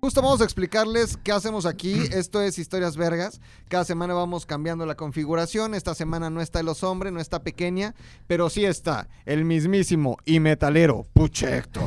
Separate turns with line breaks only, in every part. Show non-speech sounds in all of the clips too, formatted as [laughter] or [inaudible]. Justo vamos a explicarles qué hacemos aquí. [clears throat] Esto es Historias Vergas. Cada semana vamos cambiando la configuración. Esta semana no está el Osombre, no está pequeña, pero sí está el mismísimo y metalero Puche
[laughs]
Héctor.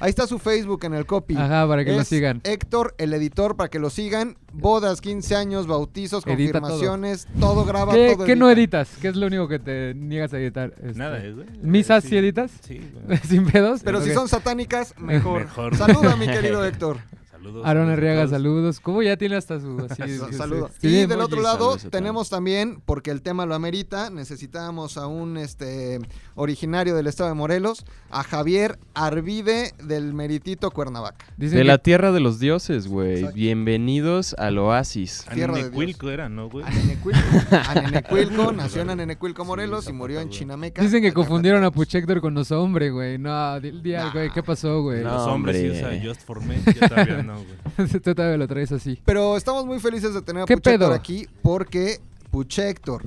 Ahí está su Facebook en el copy.
Ajá, para que lo
Es
sigan.
Héctor, el editor, para que lo sigan. Bodas, 15 años, bautizos,
Edita
confirmaciones, todo, graba,
¿Qué,
todo.
qué no
edita.
editas? ¿Qué es lo único que te niegas a editar? Este, [laughs]
Nada, es, güey.
¿Misas sí editas?
Sí,
[laughs]
güey.
¿Sin pedos?
Pero si
Ok.
son satánicas, mejor.
Mejor.
Saluda, mi querido Héctor.
Saludos.
Aaron
saludos a
Arriaga,
todos.
saludos. ¿Cómo ya tiene hasta
[laughs]
su así?
Sa-
sí,
Saludo.
sí,
Y
sí,
del
emoji.
otro lado
saludos a
tenemos también, porque el tema lo amerita, necesitábamos a un este originario del estado de Morelos, a Javier Arvide del Meritito Cuernavaca.
Dicen
De la
que-
tierra de los dioses, güey.
Exacto.
Bienvenidos al oasis.
A
Tierra de
Nenecuilco era, ¿no, güey?
A
Ah,
Nenecuilco, a
[laughs]
Nenecuilco, nació en Nenecuilco, Morelos
Sí,
y murió en
Zapata, güey.
Chinameca.
[laughs] dicen que
Acá
confundieron a
tenemos.
Puchector con los hombres, güey. No, di- di algo, güey. ¿Qué pasó, güey?
No,
Los hombres sí
hombre.
usan Just For Men, yo todavía no, güey.
[laughs] Tú todavía lo traes así.
Pero estamos muy felices de tener a
¿Qué
Pucha Héctor
pedo?
aquí porque Pucha Héctor,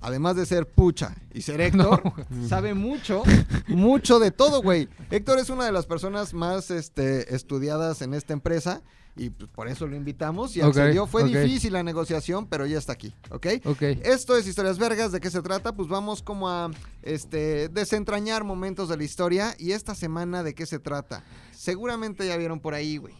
además de ser Pucha y ser
[laughs]
Héctor, sabe mucho, mucho de todo, güey. Héctor es una de las personas más este, estudiadas en esta empresa y pues, por eso lo invitamos y
Ok,
accedió. Fue
ok.
difícil la negociación, pero ya está aquí, ¿ok?
Ok.
Esto es Historias Vergas, ¿de qué se trata? Pues vamos como a este, desentrañar momentos de la historia. Y esta semana, ¿de qué se trata? Seguramente ya vieron por ahí, güey.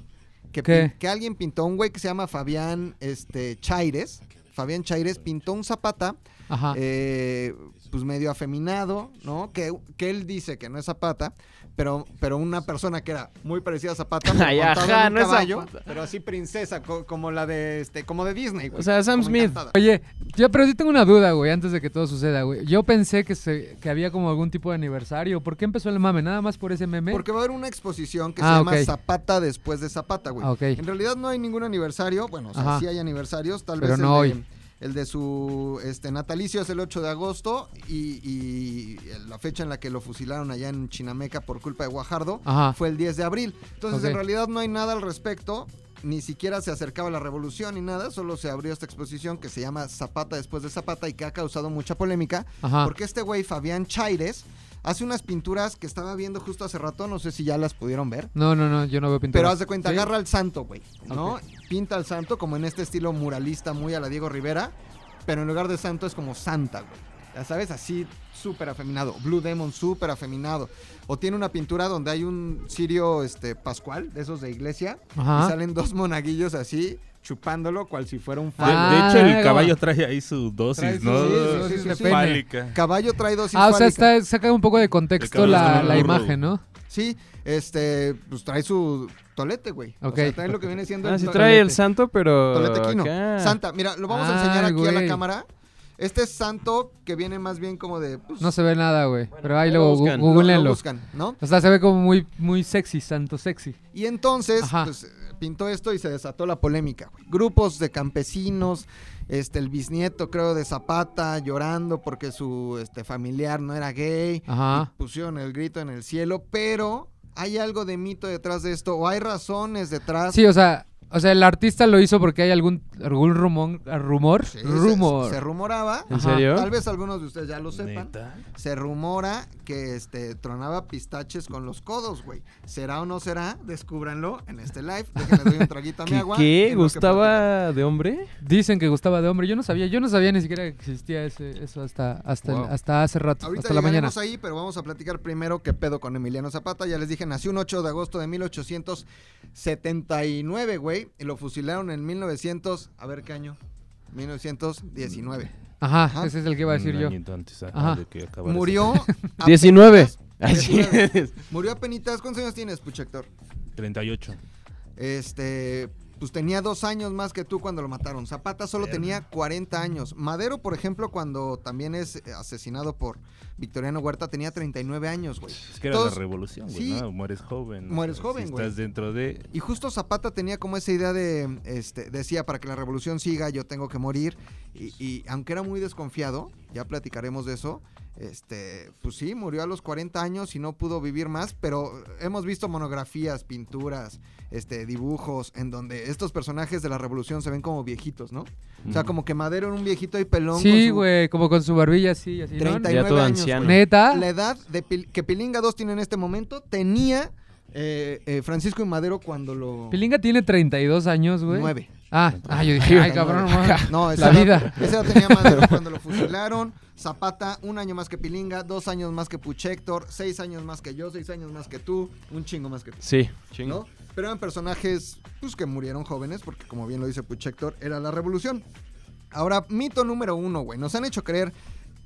Que,
¿Qué?
pin- que alguien pintó un güey que se llama Fabián este, Chaires. Fabián Chaires pintó un zapata,
Ah.
Ajá.
eh, pues medio afeminado, ¿no? Que, que él dice que no es zapata, pero, pero una persona que era muy parecida a
[laughs]
zapata, pero
Ay,
montada en
ajá,
un
no es
caballo,
Zapata.
pero así princesa, co- como la de este, como de Disney, güey.
O sea, Sam
Como
Smith.
encantada.
Oye, yo pero sí tengo una duda, güey, antes de que todo suceda, güey. Yo pensé que, se, que había como algún tipo de aniversario. ¿Por qué empezó el mame? ¿Nada más por ese meme?
Porque va a haber una exposición que
Ah,
se llama
ok.
Zapata después de Zapata, güey.
Ah, ok.
En realidad no hay ningún aniversario. Bueno, o sea,
Ajá.
sí hay aniversarios. Tal
Pero
vez
no
el, de,
hoy.
el de su este, natalicio es el 8 de agosto y, y la fecha en la que lo fusilaron allá en Chinameca por culpa de Guajardo
Ajá.
fue el 10 de abril. Entonces,
Ah. Ok.
en realidad no hay nada al respecto. Ni siquiera se acercaba la revolución ni nada, solo se abrió esta exposición que se llama Zapata después de Zapata y que ha causado mucha polémica.
Ajá.
Porque este güey, Fabián Chaires, hace unas pinturas que estaba viendo justo hace rato, no sé si ya las pudieron ver.
No, no, no, yo no veo pintura.
Pero haz de cuenta,
¿Sí?
agarra al santo, güey, ¿no? Pinta al santo como en este estilo muralista muy a la Diego Rivera, pero en lugar de santo es como santa, güey. Ya sabes, así súper afeminado. Blue Demon súper afeminado. O tiene una pintura donde hay un sirio este, pascual, de esos de iglesia,
Ajá.
y salen dos monaguillos así, chupándolo cual si fuera un
De,
fan.
[laughs] Ah,
de hecho,
mira,
el caballo trae ahí su
Trae
dosis,
su-
¿no?
sí, su dosis de pene.
Fálica.
Caballo trae dosis
Ah, o sea,
fálica.
está, saca un poco de contexto
El cabrón
la,
está
la
muy rudo.
imagen, ¿no?
Sí, este, pues trae su tolete, güey. O
Ok.
sea, trae lo que viene siendo
Ah, sí
to-
trae el
Tolete.
santo, pero.
tolete quino.
acá.
Santa, mira, lo vamos a
Ah,
enseñar aquí a la
güey.
cámara. Este es santo que viene más bien como de. pues,
No se ve nada, güey. pero ahí
ahí lo
luego
buscan.
lo- lo,
googleenlo.
buscan, ¿no?
O sea, se ve como muy, muy sexy, santo sexy.
Y entonces,
Ajá.
pues, eh, pintó esto y se desató la polémica. güey. Grupos de campesinos, este, el bisnieto, creo, de Zapata, llorando porque su este, familiar no era gay.
Ajá.
Pusieron el grito en el cielo, pero hay algo de mito detrás de esto, o hay razones detrás.
Sí, o sea, o sea, el artista lo hizo porque hay algún, algún rumor, rumor,
Sí, se-
rumor.
Se, rumoraba.
¿En
Ajá.
serio?
Tal vez algunos de ustedes ya lo sepan.
¿Neta?
Se rumora que este tronaba pistaches con los codos, güey. ¿Será o no será? Descúbranlo en este live. Déjenle doy un traguito a mi
¿Qué?
agua.
qué?
en lo que platico.
¿Gustaba de hombre?
Dicen que gustaba de hombre. Yo no sabía, yo no sabía ni siquiera que existía ese, eso hasta, hasta, el-
Wow.
hasta hace rato,
Ahorita
hasta la mañana.
llegaremos ahí, pero vamos a platicar primero qué pedo con Emiliano Zapata. Ya les dije, nació un 8 de agosto de 1879, güey. Y lo fusilaron en 1900, a ver qué año. 1919.
Ajá,
Ajá.
ese es el que iba a decir
Un
yo.
añito antes, ajá,
Ajá.
de que acabara
Murió. a [laughs]
19.
penitas-
Así
19.
es.
Murió a penitas. ¿Cuántos años tienes, Puchector?
ese- 38.
Este, pues tenía dos años más que tú cuando lo mataron. Zapata solo tenía 40 años. Madero, por ejemplo, cuando también es eh, asesinado por Victoriano Huerta, tenía 39 años, güey.
Es que era
Todos-
la revolución, güey.
sí.
¿no? Mueres joven.
Mueres
Si
joven, güey.
Estás dentro de.
Y justo Zapata tenía como esa idea de, este, decía, para que la revolución siga, yo tengo que morir. Y, y aunque era muy desconfiado, ya platicaremos de eso, este, pues sí, murió a los 40 años y no pudo vivir más, pero hemos visto monografías, pinturas, este, dibujos, en donde estos personajes de la revolución se ven como viejitos, ¿no? O sea,
Ujú.
como que Madero era un viejito y pelón. con
Sí,
su
güey, como con su barbilla así, así. ¿no?
39
Ya todo
años,
anciano.
güey.
Neta.
La edad de Pil- que Pilinga 2 tiene en este momento tenía eh, eh, Francisco y Madero cuando lo...
Pilinga tiene 32 años, güey.
Nueve.
Ah, ah, yo
[laughs]
dije, ay, cabrón, no mames.
No, esa
La
no-
vida.
esa no tenía Madero cuando lo fusilaron. Zapata, un año más que Pilinga, dos años más que Puchector, seis años más que yo, seis años más que tú, un chingo más que tú.
Sí.
¿no? Pero eran personajes pues, que murieron jóvenes, porque como bien lo dice Puchector, era la revolución. Ahora, mito número uno, güey. Nos han hecho creer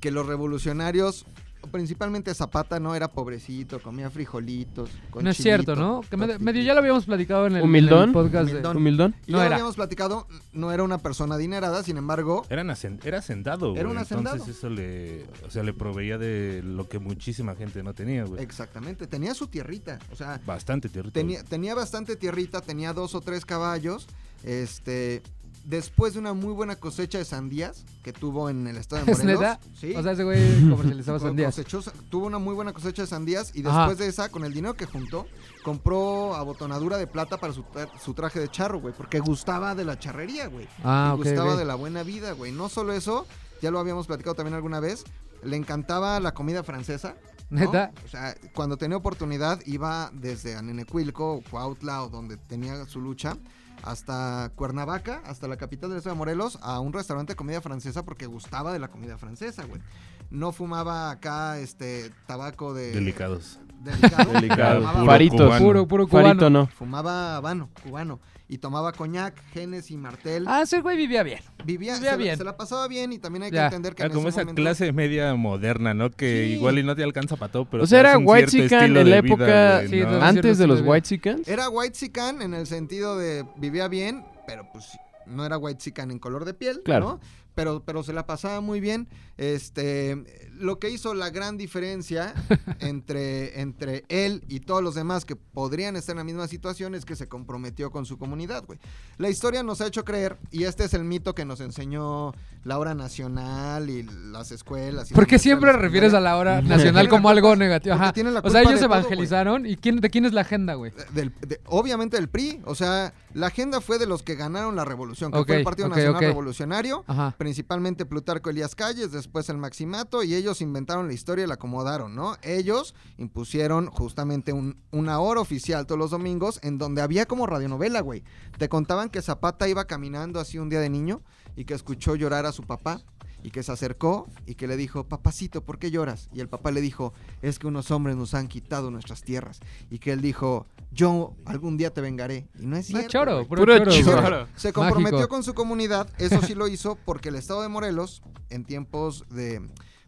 que los revolucionarios, principalmente Zapata, no era pobrecito, comía frijolitos. con
No es
chilito,
cierto, ¿no? Que med-
tortillita.
medio ya lo habíamos platicado en el, en el
Humildón.
podcast de-
Humildón.
¿Humildón?
Y
no
ya lo
era.
habíamos platicado, no era una persona adinerada, sin embargo,
Eran asen- era hacendado, güey.
Era un hacendado.
Entonces eso le, o sea, le proveía de lo que muchísima gente no tenía, güey.
exactamente, tenía su tierrita. O sea,
Bastante territorio.
Tenía, tenía bastante tierrita, tenía dos o tres caballos. Este, después de una muy buena cosecha de sandías que tuvo en el estado de
[laughs] [laughs] ¿Es
Morelos.
neta?
Sí.
O [clears throat] sea, ese güey comercializaba
co-
sandías.
cosechó sa- tuvo una muy buena cosecha de sandías y
Ajá.
después de esa, con el dinero que juntó, compró abotonadura de plata para su, tra- su traje de charro, güey, porque gustaba de la charrería, güey.
Ah,
Le
ok,
gustaba
ok.
de la buena vida, güey. No solo eso, ya lo habíamos platicado también alguna vez, le encantaba la comida francesa. ¿no?
¿Neta?
O sea, cuando tenía oportunidad iba desde Anenecuilco, Cuautla o donde tenía su lucha, hasta Cuernavaca, hasta la capital del estado de Morelos, a un restaurante de comida francesa porque gustaba de la comida francesa, güey. No fumaba acá este tabaco de...
Delicados.
Delicado.
Delicado,
Fumaba
puro
habano.
Ah, Faritos.
cubano.
Puro, puro cubano.
Farito no.
Fumaba habano, cubano. Y tomaba coñac, genes y martel.
Ah, ese güey vivía bien.
Vivía,
vivía
se, la-
bien.
se la pasaba bien y también hay que
Ya.
entender que...
Ah,
en
como
ese
esa
momento-
clase media moderna, ¿no? Que
Sí.
igual y no te alcanza para todo, pero
O sea,
te
era
hace un
white
cierto
chican
estilo
en
de
la
vida,
época-
güey,
Sí,
¿no?
entonces-
Antes de
cierto,
los
sí lo vi.
White Chickens.
Era white sican en el sentido de vivía bien, pero pues no era white sican en color de piel,
Claro.
¿no? Pero, pero se la pasaba muy bien. Este, lo que hizo la gran
[laughs]
diferencia entre, entre él y todos los demás que podrían estar en la misma situación es que se comprometió con su comunidad, güey. La historia nos ha hecho creer, y este es el mito que nos enseñó la hora nacional y las escuelas. y
¿Por
dónde
qué
está
siempre
la
refieres a la hora
Tiene
nacional
la
como
culpa-
algo negativo?
porque
Ajá.
tienen la
O
culpa
sea, ellos
de todo, güey.
evangelizaron. ¿Y quién, de quién es la agenda, güey?
eh, del- de- obviamente del PRI, o sea, la agenda fue de los que ganaron la revolución, que fue el
Ok,
Partido
ok,
Nacional
ok.
Revolucionario,
Ajá.
principalmente Plutarco Elías Calles, después el Maximato, y ellos inventaron la historia y la acomodaron, ¿no? Ellos impusieron justamente un- una hora oficial todos los domingos en donde había como radionovela, güey. Te contaban que Zapata iba caminando así un día de niño y que escuchó llorar a su papá. Y que se acercó y que le dijo, papacito, ¿por qué lloras? Y el papá le dijo, es que unos hombres nos han quitado nuestras tierras. Y que él dijo, yo algún día te vengaré. Y no es
Ah,
cierto.
choro,
güey.
puro,
Puro
choro.
Se-
choro.
güey.
Claro.
Se comprometió
Mágico.
con su comunidad, eso sí lo hizo porque el estado de Morelos, en tiempos de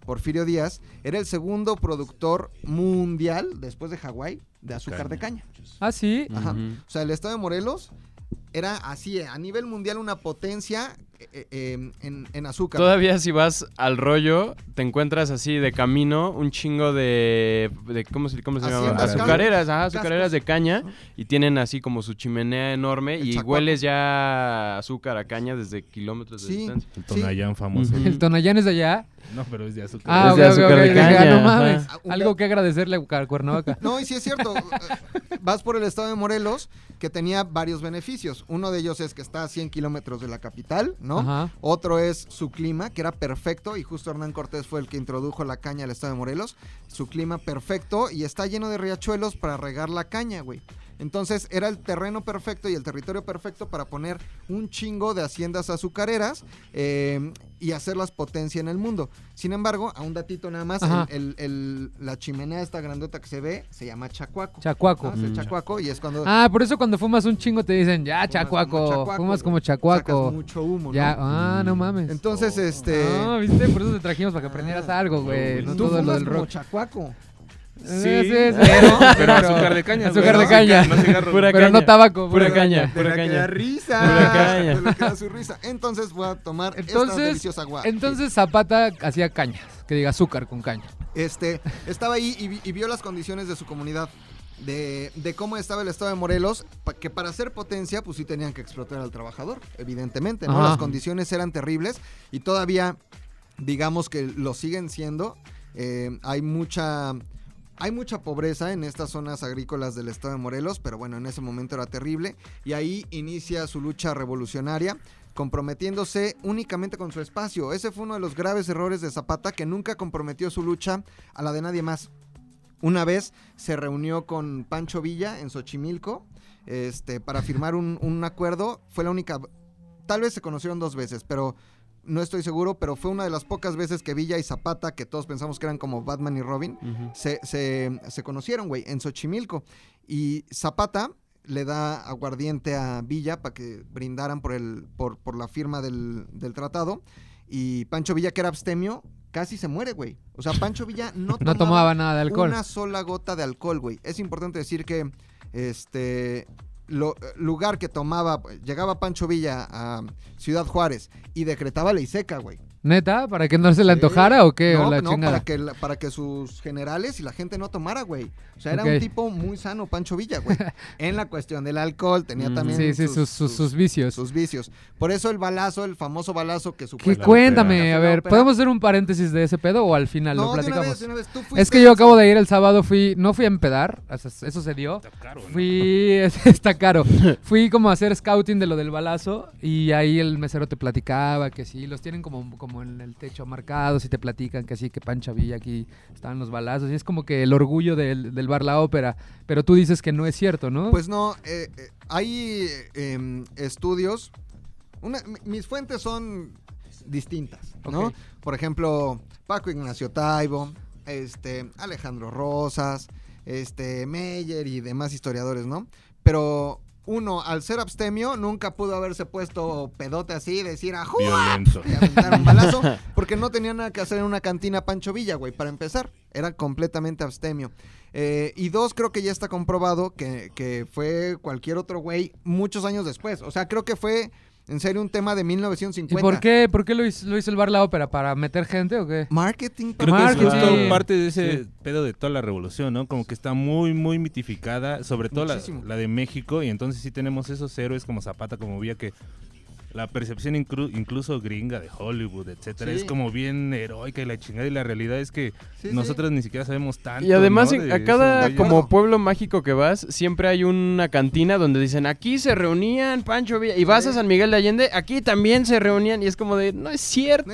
Porfirio Díaz, era el segundo productor mundial, después de Hawái, de azúcar de caña.
Ah, sí.
Ajá.
Ujú.
O sea, el estado de Morelos era así, a nivel mundial, una potencia eh, eh, en, en azúcar.
Todavía si vas al rollo, te encuentras así de camino un chingo de... de- ¿Cómo se, cómo se
Haciendas,
llama?
cascos.
Azucareras, ajá,
Cascos.
azucareras de caña y tienen así como su chimenea enorme
El
y
chacuaco.
hueles ya azúcar a caña desde kilómetros de
Sí.
distancia.
El Tonayán famoso.
Mm.
Ujú.
El Tonayán es de allá.
No, pero es de azúcar.
Ah,
Es de
ok, ok,
azúcar
ok,
de
dije, ah,
caña,
no
ajá.
mames.
Ah, un
Algo que agradecerle a Cuernavaca.
[laughs] No, y sí es cierto. eh, Vas por el estado de Morelos, que tenía varios beneficios. Uno de ellos es que está a 100 kilómetros de la capital, ¿no?
Ajá.
Otro es su clima, que era perfecto, y justo Hernán Cortés fue el que introdujo la caña al estado de Morelos. Su clima perfecto y está lleno de riachuelos para regar la caña, güey. Entonces era el terreno perfecto y el territorio perfecto para poner un chingo de haciendas azucareras eh, y hacerlas potencia en el mundo. Sin embargo, a un datito nada más,
Ajá.
el- el- el- la chimenea esta grandota que se ve se llama Chacuaco.
Chacuaco. Mm.
Ah, es el Chacuaco y es cuando...
Ah, por eso cuando fumas un chingo te dicen, ya,
fumas como
chacuaco. Fumas como
güey.
chacuaco.
Sacas mucho humo, ¿no?
Ya, ah, no mames.
Entonces, este... pues,
No, viste, por eso te trajimos para que aprendieras algo, güey. No
Tú
todo lo
fumas
del
como
rock.
chacuaco.
Sí, sí,
[laughs]
sí.
Pero, pero
Pero-
azúcar de caña. güey.
azúcar de
No
caña.
cigarro, no cigarro.
Pura
Pero no
caña.
tabaco,
Pura caña.
De la que
caña.
da risa.
Pura
[laughs]
caña.
De la que da su risa. Entonces voy a tomar esta
Entonces,
deliciosa agua.
Entonces Zapata hacía cañas, que diga azúcar con caña.
Este, estaba ahí y, vi- y vio las condiciones de su comunidad. De, de cómo estaba el estado de Morelos, pa- que para ser potencia, pues sí tenían que explotar al trabajador, evidentemente, ¿no?
Ajá.
Las condiciones eran terribles y todavía, digamos que lo siguen siendo. Eh, hay mucha. Hay mucha pobreza en estas zonas agrícolas del estado de Morelos, pero bueno, en ese momento era terrible. Y ahí inicia su lucha revolucionaria, comprometiéndose únicamente con su espacio. Ese fue uno de los graves errores de Zapata, que nunca comprometió su lucha a la de nadie más. Una vez se reunió con Pancho Villa en Xochimilco este, para firmar un, un acuerdo. Fue la única. Tal vez se conocieron dos veces, pero no estoy seguro. Pero fue una de las pocas veces que Villa y Zapata, que todos pensamos que eran como Batman y Robin,
Ujú.
se, se- se conocieron, güey, en Xochimilco. Y Zapata le da aguardiente a Villa para que brindaran por, el, por, por la firma del, del tratado. Y Pancho Villa, que era abstemio, casi se muere, güey. O sea, Pancho Villa no tomaba,
No tomaba nada de alcohol.
una sola gota de alcohol, güey. Es importante decir que este lo- lugar que tomaba, llegaba Pancho Villa a Ciudad Juárez y decretaba ley seca, güey.
¿Neta? ¿Para que no se le antojara o qué?
No,
o la
no,
chingada.
para que, la- para que sus generales y la gente no tomara, güey. O sea, era
Ok.
un tipo muy sano, Pancho Villa,
[laughs]
güey. en la cuestión del alcohol, tenía
Mm,
también
Sí, sí, sus, sus, sus vicios.
sus vicios. Por eso el balazo, el famoso balazo que
Que
Pues
supuestamente...
la
cuéntame,
ópera.
a
La
ver,
ópera.
¿podemos hacer un paréntesis de ese pedo o al final
No,
lo
de una
platicamos?
vez, de una vez. Tú
es
fuiste
que yo
el-
acabo de ir el sábado, fui, no fui a empedar, o sea, eso se dio.
Está caro, ¿no?
Fui, [laughs] está caro. Fui como a hacer scouting de lo del balazo y ahí el mesero te platicaba que sí, los tienen como, como en el techo marcados y te platican que sí, que Pancha Villa aquí están los balazos y es como que el orgullo del, del bar La Ópera, pero tú dices que no es cierto, ¿no?
Pues no, eh, eh, hay eh, em, estudios. Una- mi- mis fuentes son distintas, ¿no?
Ok.
Por ejemplo, Paco Ignacio Taibo, este, Alejandro Rosas, este, Meyer y demás historiadores, ¿no? Pero uno, al ser abstemio, nunca pudo haberse puesto pedote así y decir ¡Ajú!
Violento.
y aventar un balazo, porque no tenía nada que hacer en una cantina Pancho Villa, güey, para empezar. Era completamente abstemio. Eh, y dos, creo que ya está comprobado que, que fue cualquier otro güey muchos años después. O sea, creo que fue en serio un tema de
¿Y
1950.
por qué, por qué lo hizo, lo hizo el bar La Ópera? ¿Para meter gente o qué?
Marketing.
Creo que es
Marketing.
justo parte de ese pedo de toda la revolución, ¿no? Como que está muy, muy mitificada, sobre todo la,
Muchísimo.
la de México, y entonces sí tenemos esos héroes como Zapata, como Villa, que la percepción inclu- incluso gringa de Hollywood, etcétera,
Sí.
es como bien heroica y la chingada, y la realidad es que
Sí, sí.
nosotros ni siquiera sabemos tanto.
Y además
¿no?
en-
de
a
esos
cada
güeyes.
como
Acuerdo.
pueblo mágico que vas, siempre hay una cantina donde dicen, aquí se reunían Pancho Villa. Y vas a San Miguel de Allende, aquí también se reunían. Y es como de, no es cierto.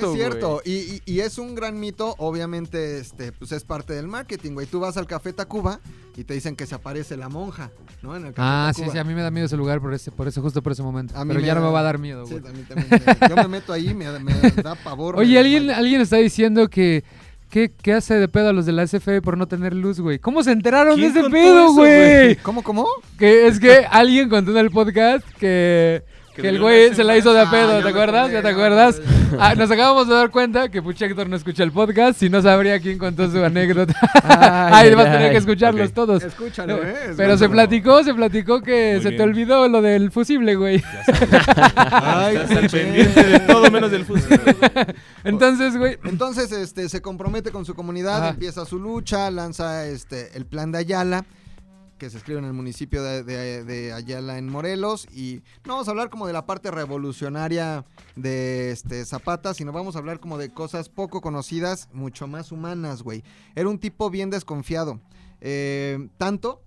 No es [laughs]
güey".
cierto, y, y- y es un gran mito, obviamente, este, pues es parte del marketing, güey. Tú vas al Café Tacuba y te dicen que se aparece la monja, ¿no? En el Café
Ah, sí,
Tacuba.
sí, a mí me da miedo ese lugar por ese, por eso justo por ese momento.
A mí
Pero ya
me
no me
da-
va a dar miedo,
Sí,
güey.
a mí también me- yo me meto ahí, me, me
[laughs]
da pavor. me
Oye,
da
alguien,
mal.
alguien está diciendo que, que, que hace de pedo a los de la SFE por no tener luz, güey. ¿Cómo se enteraron de
¿Quién
ese
contó
pedo,
eso,
güey?
güey?
¿Cómo, cómo?
[laughs] Que es que alguien contó en el podcast que, que el
salió
güey
la
se la hizo de a
Ah,
pedo,
yo
¿te
me
acuerdas?
acordé,
¿Ya te
no,
acuerdas?
no,
[laughs] Ah, nos acabamos de dar cuenta que Puch Héctor no escucha el podcast si no sabría quién contó su anécdota.
Ay,
Ahí va a
ay.
tener que escucharlos
Ok.
todos.
Escúchalo, ¿eh?
Pero se
Escúchalo.
platicó, se platicó que
Muy
se te
bien.
olvidó lo del fusible, güey.
Ya sabes,
Ay,
estás al
pinche.
pendiente de todo menos del fútbol.
Entonces, güey,
Entonces, este, se compromete con su comunidad,
Ajá.
empieza su lucha, lanza este, el plan de Ayala, que se escribe en el municipio de, de- de Ayala en Morelos. Y no vamos a hablar como de la parte revolucionaria de este, Zapata, sino vamos a hablar como de cosas poco conocidas, mucho más humanas, güey. Era un tipo bien desconfiado. Eh, tanto,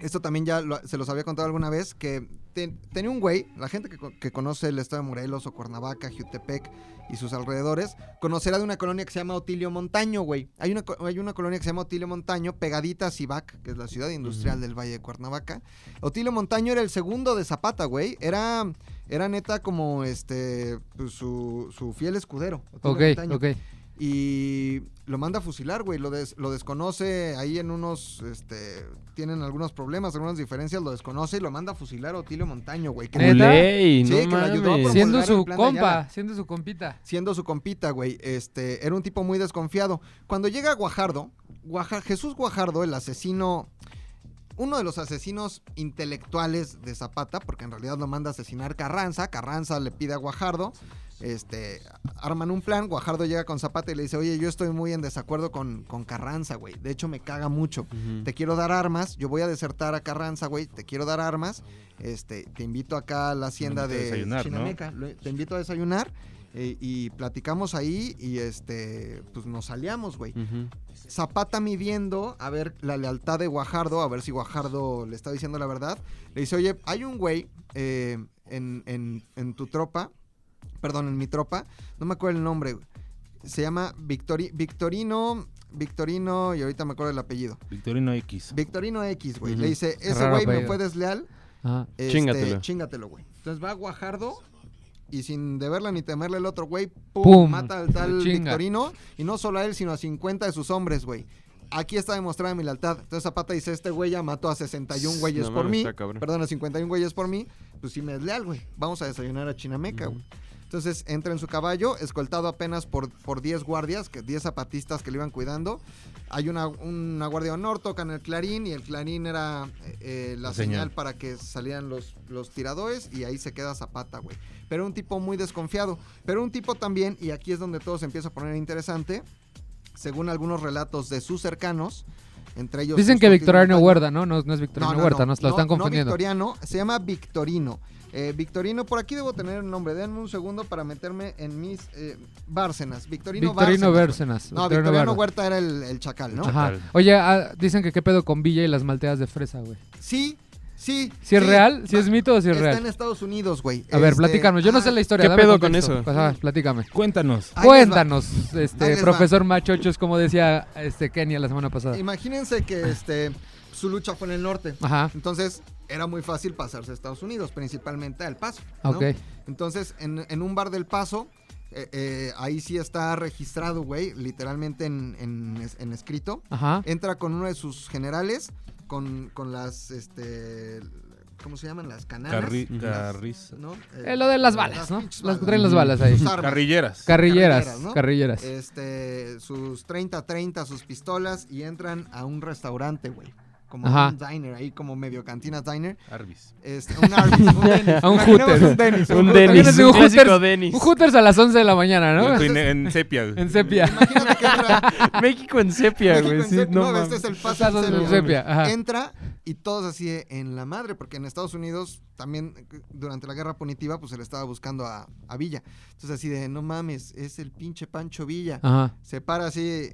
esto también ya lo- se los había contado alguna vez, que te- tenía un güey, la gente que, co- que conoce el estado de Morelos o Cuernavaca, Jutepec y sus alrededores, conocerá de una colonia que se llama Otilio Montaño, güey. Hay una, co- hay una colonia que se llama Otilio Montaño, pegadita a Sibac, que es la ciudad industrial del Valle de Cuernavaca. Otilio Montaño era el segundo de Zapata, güey. Era, era neta como este pues, su, su fiel escudero. Otilio
ok,
Montaño
ok.
y lo manda a fusilar, güey. Lo, des- lo desconoce ahí en unos. Este, tienen algunos problemas, algunas diferencias, lo desconoce y lo manda a fusilar a Otilio Montaño, güey. que-
¿Neta?
Culey,
Sí,
no
que le ayudó a
mames.
promover-
Siendo
Colgar
su
el plan de
compa,
Ayala.
siendo su compita.
siendo su compita, güey. Este, era un tipo muy desconfiado. Cuando llega Guajardo, Guaja- Jesús Guajardo, el asesino. Uno de los asesinos intelectuales de Zapata, porque en realidad lo manda a asesinar Carranza. Carranza le pide a Guajardo. Este, arman un plan. Guajardo llega con Zapata y le dice: Oye, yo estoy muy en desacuerdo con, con Carranza, güey. De hecho, me caga mucho.
Ujú.
te quiero dar armas, yo voy a desertar a Carranza, güey, te quiero dar armas, este, te invito acá a la hacienda
invito a
de
desayunar, ¿no?
Chinameca, lo- te invito a desayunar eh, y platicamos ahí y este, pues nos aliamos, güey.
Ujú.
Zapata midiendo a ver la lealtad de Guajardo, a ver si Guajardo le está diciendo la verdad. Le dice, oye, hay un güey eh, en, en- en tu tropa, perdón, en mi tropa, no me acuerdo el nombre, se llama Victori- Victorino Victorino, y ahorita me acuerdo el apellido.
Victorino X.
Victorino X, güey.
Ujú.
Le dice, ese
raro
güey me
apellido.
fue desleal.
Ajá.
este,
Chíngatelo.
Chíngatelo, güey. Entonces va Guajardo y sin deberla ni temerle el otro güey, pum,
Pum,
mata al tal
lo chinga.
Victorino. Y no solo a él, sino a 50 de sus hombres, güey. Aquí está demostrada mi lealtad. Entonces Zapata dice, este güey ya mató a 61
No
güeyes por
mames,
mí.
está cabrón.
Perdón, a 51 güeyes por mí. Pues sí me es leal, güey. Vamos a desayunar a Chinameca, güey. Entonces entra en su caballo, escoltado apenas por, por 10 guardias, que 10 zapatistas que le iban cuidando. Hay una, una guardia de honor, tocan el clarín y el clarín era eh, eh, la
La
señal.
señal.
para que salieran los, los tiradores y ahí se queda Zapata, güey. Pero un tipo muy desconfiado. Pero un tipo también, y aquí es donde todo se empieza a poner interesante, según algunos relatos de sus cercanos, entre ellos...
Dicen
justo
que
Tino
Victoriano
Montaño.
Huerta, ¿no? No, no es Victoriano Huerta, nos lo
No,
están
no
confundiendo.
Victoriano, se llama Victorino. Eh, Victorino, por aquí debo tener el nombre. Denme un segundo para meterme en mis eh, Bárcenas. Victorino,
Victorino
Bárcenas.
Bárcenas.
No, Victoriano
Huerta.
Huerta era el, el chacal, ¿no?
Ajá.
Chacal.
Oye, ah, dicen que qué pedo con Villa y las malteadas de fresa, güey.
Sí, sí.
¿Si es
sí.
real? ¿Si es
Va-
mito o si es
Está
real?
en Estados Unidos, güey.
A ver,
Este,
platícanos. Yo no sé
ah,
la historia.
¿Qué
dame
pedo con
contexto.
eso?
Pues, ah, platícame.
Cuéntanos.
ahí les va.
Cuéntanos,
Ahí
este
les va.
profesor Machochos, como decía este Kenia la semana pasada.
Imagínense que este, su lucha fue en el norte.
Ajá,
Entonces, era muy fácil pasarse a Estados Unidos, principalmente al Paso. ¿no?
ok.
Entonces, en, en un bar del Paso, eh, eh, ahí sí está registrado, güey, literalmente en, en es- en escrito.
Ajá.
Entra con uno de sus generales, con, con las, este, ¿cómo se llaman? Las cananas.
Carri-
Las-
carriz-
¿no?
Eh, lo de las balas, ¿no?
pinches
Las que traen las balas ahí.
Sus armas.
Carrilleras.
Carrilleras,
Carrilleras, ¿no?
carrilleras.
Este, sus 30-30, sus pistolas y entran a un restaurante, güey. Como
Ajá.
un diner, ahí como medio cantina diner.
Arby's.
Este, un Arby's,
[laughs]
un Denny's.
A un
Imaginemos
Hooters.
un Denny's.
Un
Hooters.
Dennis,
Imagínate
un
un
clásico
Hooters. [laughs]
Dennis.
Un Hooters a las 11 de la mañana,
Blanco y
¿no?
ne- en
[laughs]
sepia. güey.
En sepia.
Imagínate que entra
[laughs]
México en sepia,
México
güey.
en
sí,
sepia.
no
No, este es
mames.
el paso
Estás
en
en
sepia.
sepia, ajá.
Entra y todos así de en la madre, porque en Estados Unidos también eh, durante la guerra punitiva pues se le estaba buscando a, a Villa. Entonces así de, no mames, es el pinche Pancho Villa.
Ajá.
Se para así,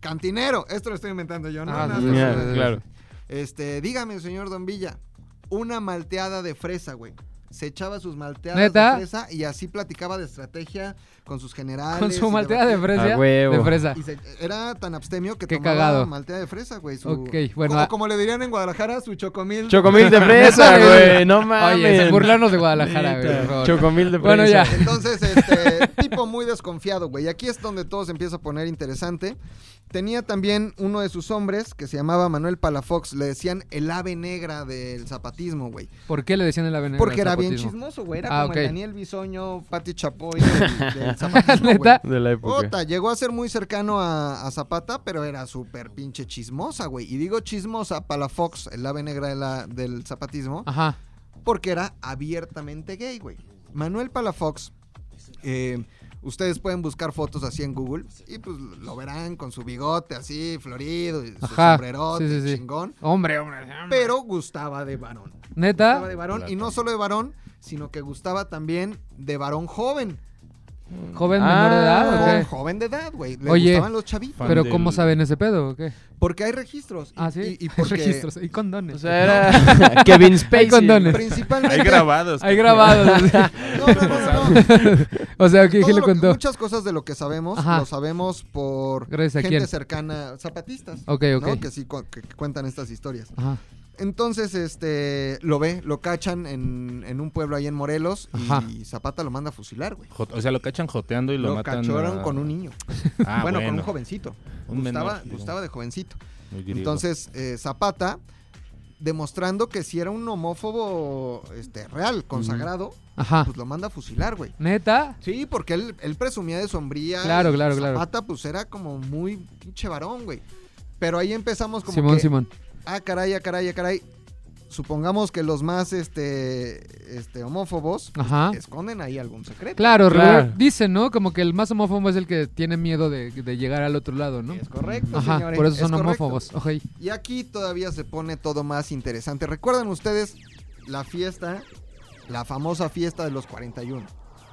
cantinero, esto lo estoy inventando yo, ¿no?
Ah,
Nada
sí,
más.
ya,
Eh,
claro.
Este, dígame, señor Don Villa, una malteada de fresa, güey. Se echaba sus malteadas
¿Neta?
de fresa y así platicaba de estrategia con sus generales.
Con
y
su malteada de
debatía.
fresa.
A huevo.
De fresa.
Y se- era tan abstemio que
Qué
tomaba
cagado.
maltea de fresa, güey. Su,
Ok, bueno,
Como,
ah-
como le dirían en Guadalajara, su chocomil.
Chocomil de fresa, güey. No
Oye,
mames.
se burlarnos de Guadalajara, güey.
Neta.
por favor.
Chocomil de fresa.
Bueno, ya.
Entonces, este [laughs] tipo muy desconfiado, güey. Y Aquí es donde todo se empieza a poner interesante. Tenía también uno de sus hombres que se llamaba Manuel Palafox. Le decían el ave negra del zapatismo, güey.
¿Por qué le decían el avenida?
Porque era bien chismoso, güey. Era
Ah,
como
ok.
el Daniel Bisoño, Pati
[laughs]
Chapoy del, del zapatismo, güey.
¿Neta?
De la época.
Puta, llegó a ser muy cercano a, a Zapata, pero era súper pinche chismosa, güey. Y digo chismosa para la Fox, el ave negra de la- del zapatismo,
Ajá.
porque era abiertamente gay, güey. Manuel Palafox, eh, ustedes pueden buscar fotos así en Google y pues lo verán con su bigote así, florido, y su
Ajá,
sombrerote,
sí, sí, sí.
chingón.
Hombre, hombre.
Pero gustaba de varón. Gustaba
¿Neta?
de varón y no solo de varón, sino que gustaba también de varón joven.
¿Joven
Ah,
menor de edad
Joven,
o qué?
joven de edad, güey. Le
Oye.
gustaban los chavitos.
Fan
¿Pero
del-
cómo saben ese pedo o qué?
Porque hay registros. y-
Ah, [laughs] sí.
Y, y porque
registros. Y condones.
O sea, era Kevin Spacey.
condones.
Principalmente.
Hay grabados.
Hay grabados. así.
[laughs] No, no, no, no, no.
o sea, ¿qué,
Todo
qué le
lo que-
contó?
muchas cosas de lo que sabemos,
Ajá.
lo sabemos por
Gracias a
gente
quién.
cercana, zapatistas.
Ok, ok.
¿no? Que sí cu- que cuentan estas historias.
Ajá.
Entonces, este, lo ve, lo cachan en, en un pueblo ahí en Morelos
Ajá.
y Zapata lo manda a fusilar, güey.
Jot- O sea, lo cachan joteando y lo,
Lo,
matan.
cacharon
a-
con un niño.
Ah,
bueno, con un jovencito.
Un menor,
Gustaba-
digo.
gustaba de jovencito.
Muy griego.
Entonces, eh, Zapata, demostrando que si era un homófobo este, real, consagrado,
Ajá.
pues lo manda a fusilar, güey.
¿Neta?
Sí, porque él, él presumía de sombría.
Claro, claro,
Zapata,
claro.
pues era como muy pinche varón, güey. Pero ahí empezamos como
Simón,
que,
Simón.
ah, caray, ah, caray, ah, caray. Supongamos que los más, este, este, homófobos
Ajá.
esconden ahí algún secreto.
Claro,
Claro.
regu- dicen, ¿no? Como que el más homófobo es el que tiene miedo de, de llegar al otro lado, ¿no?
Es correcto,
Ajá,
señores,
por eso
es
son
correcto.
homófobos. Ok.
Y aquí todavía se pone todo más interesante. ¿Recuerdan ustedes la fiesta, la famosa fiesta de los 41?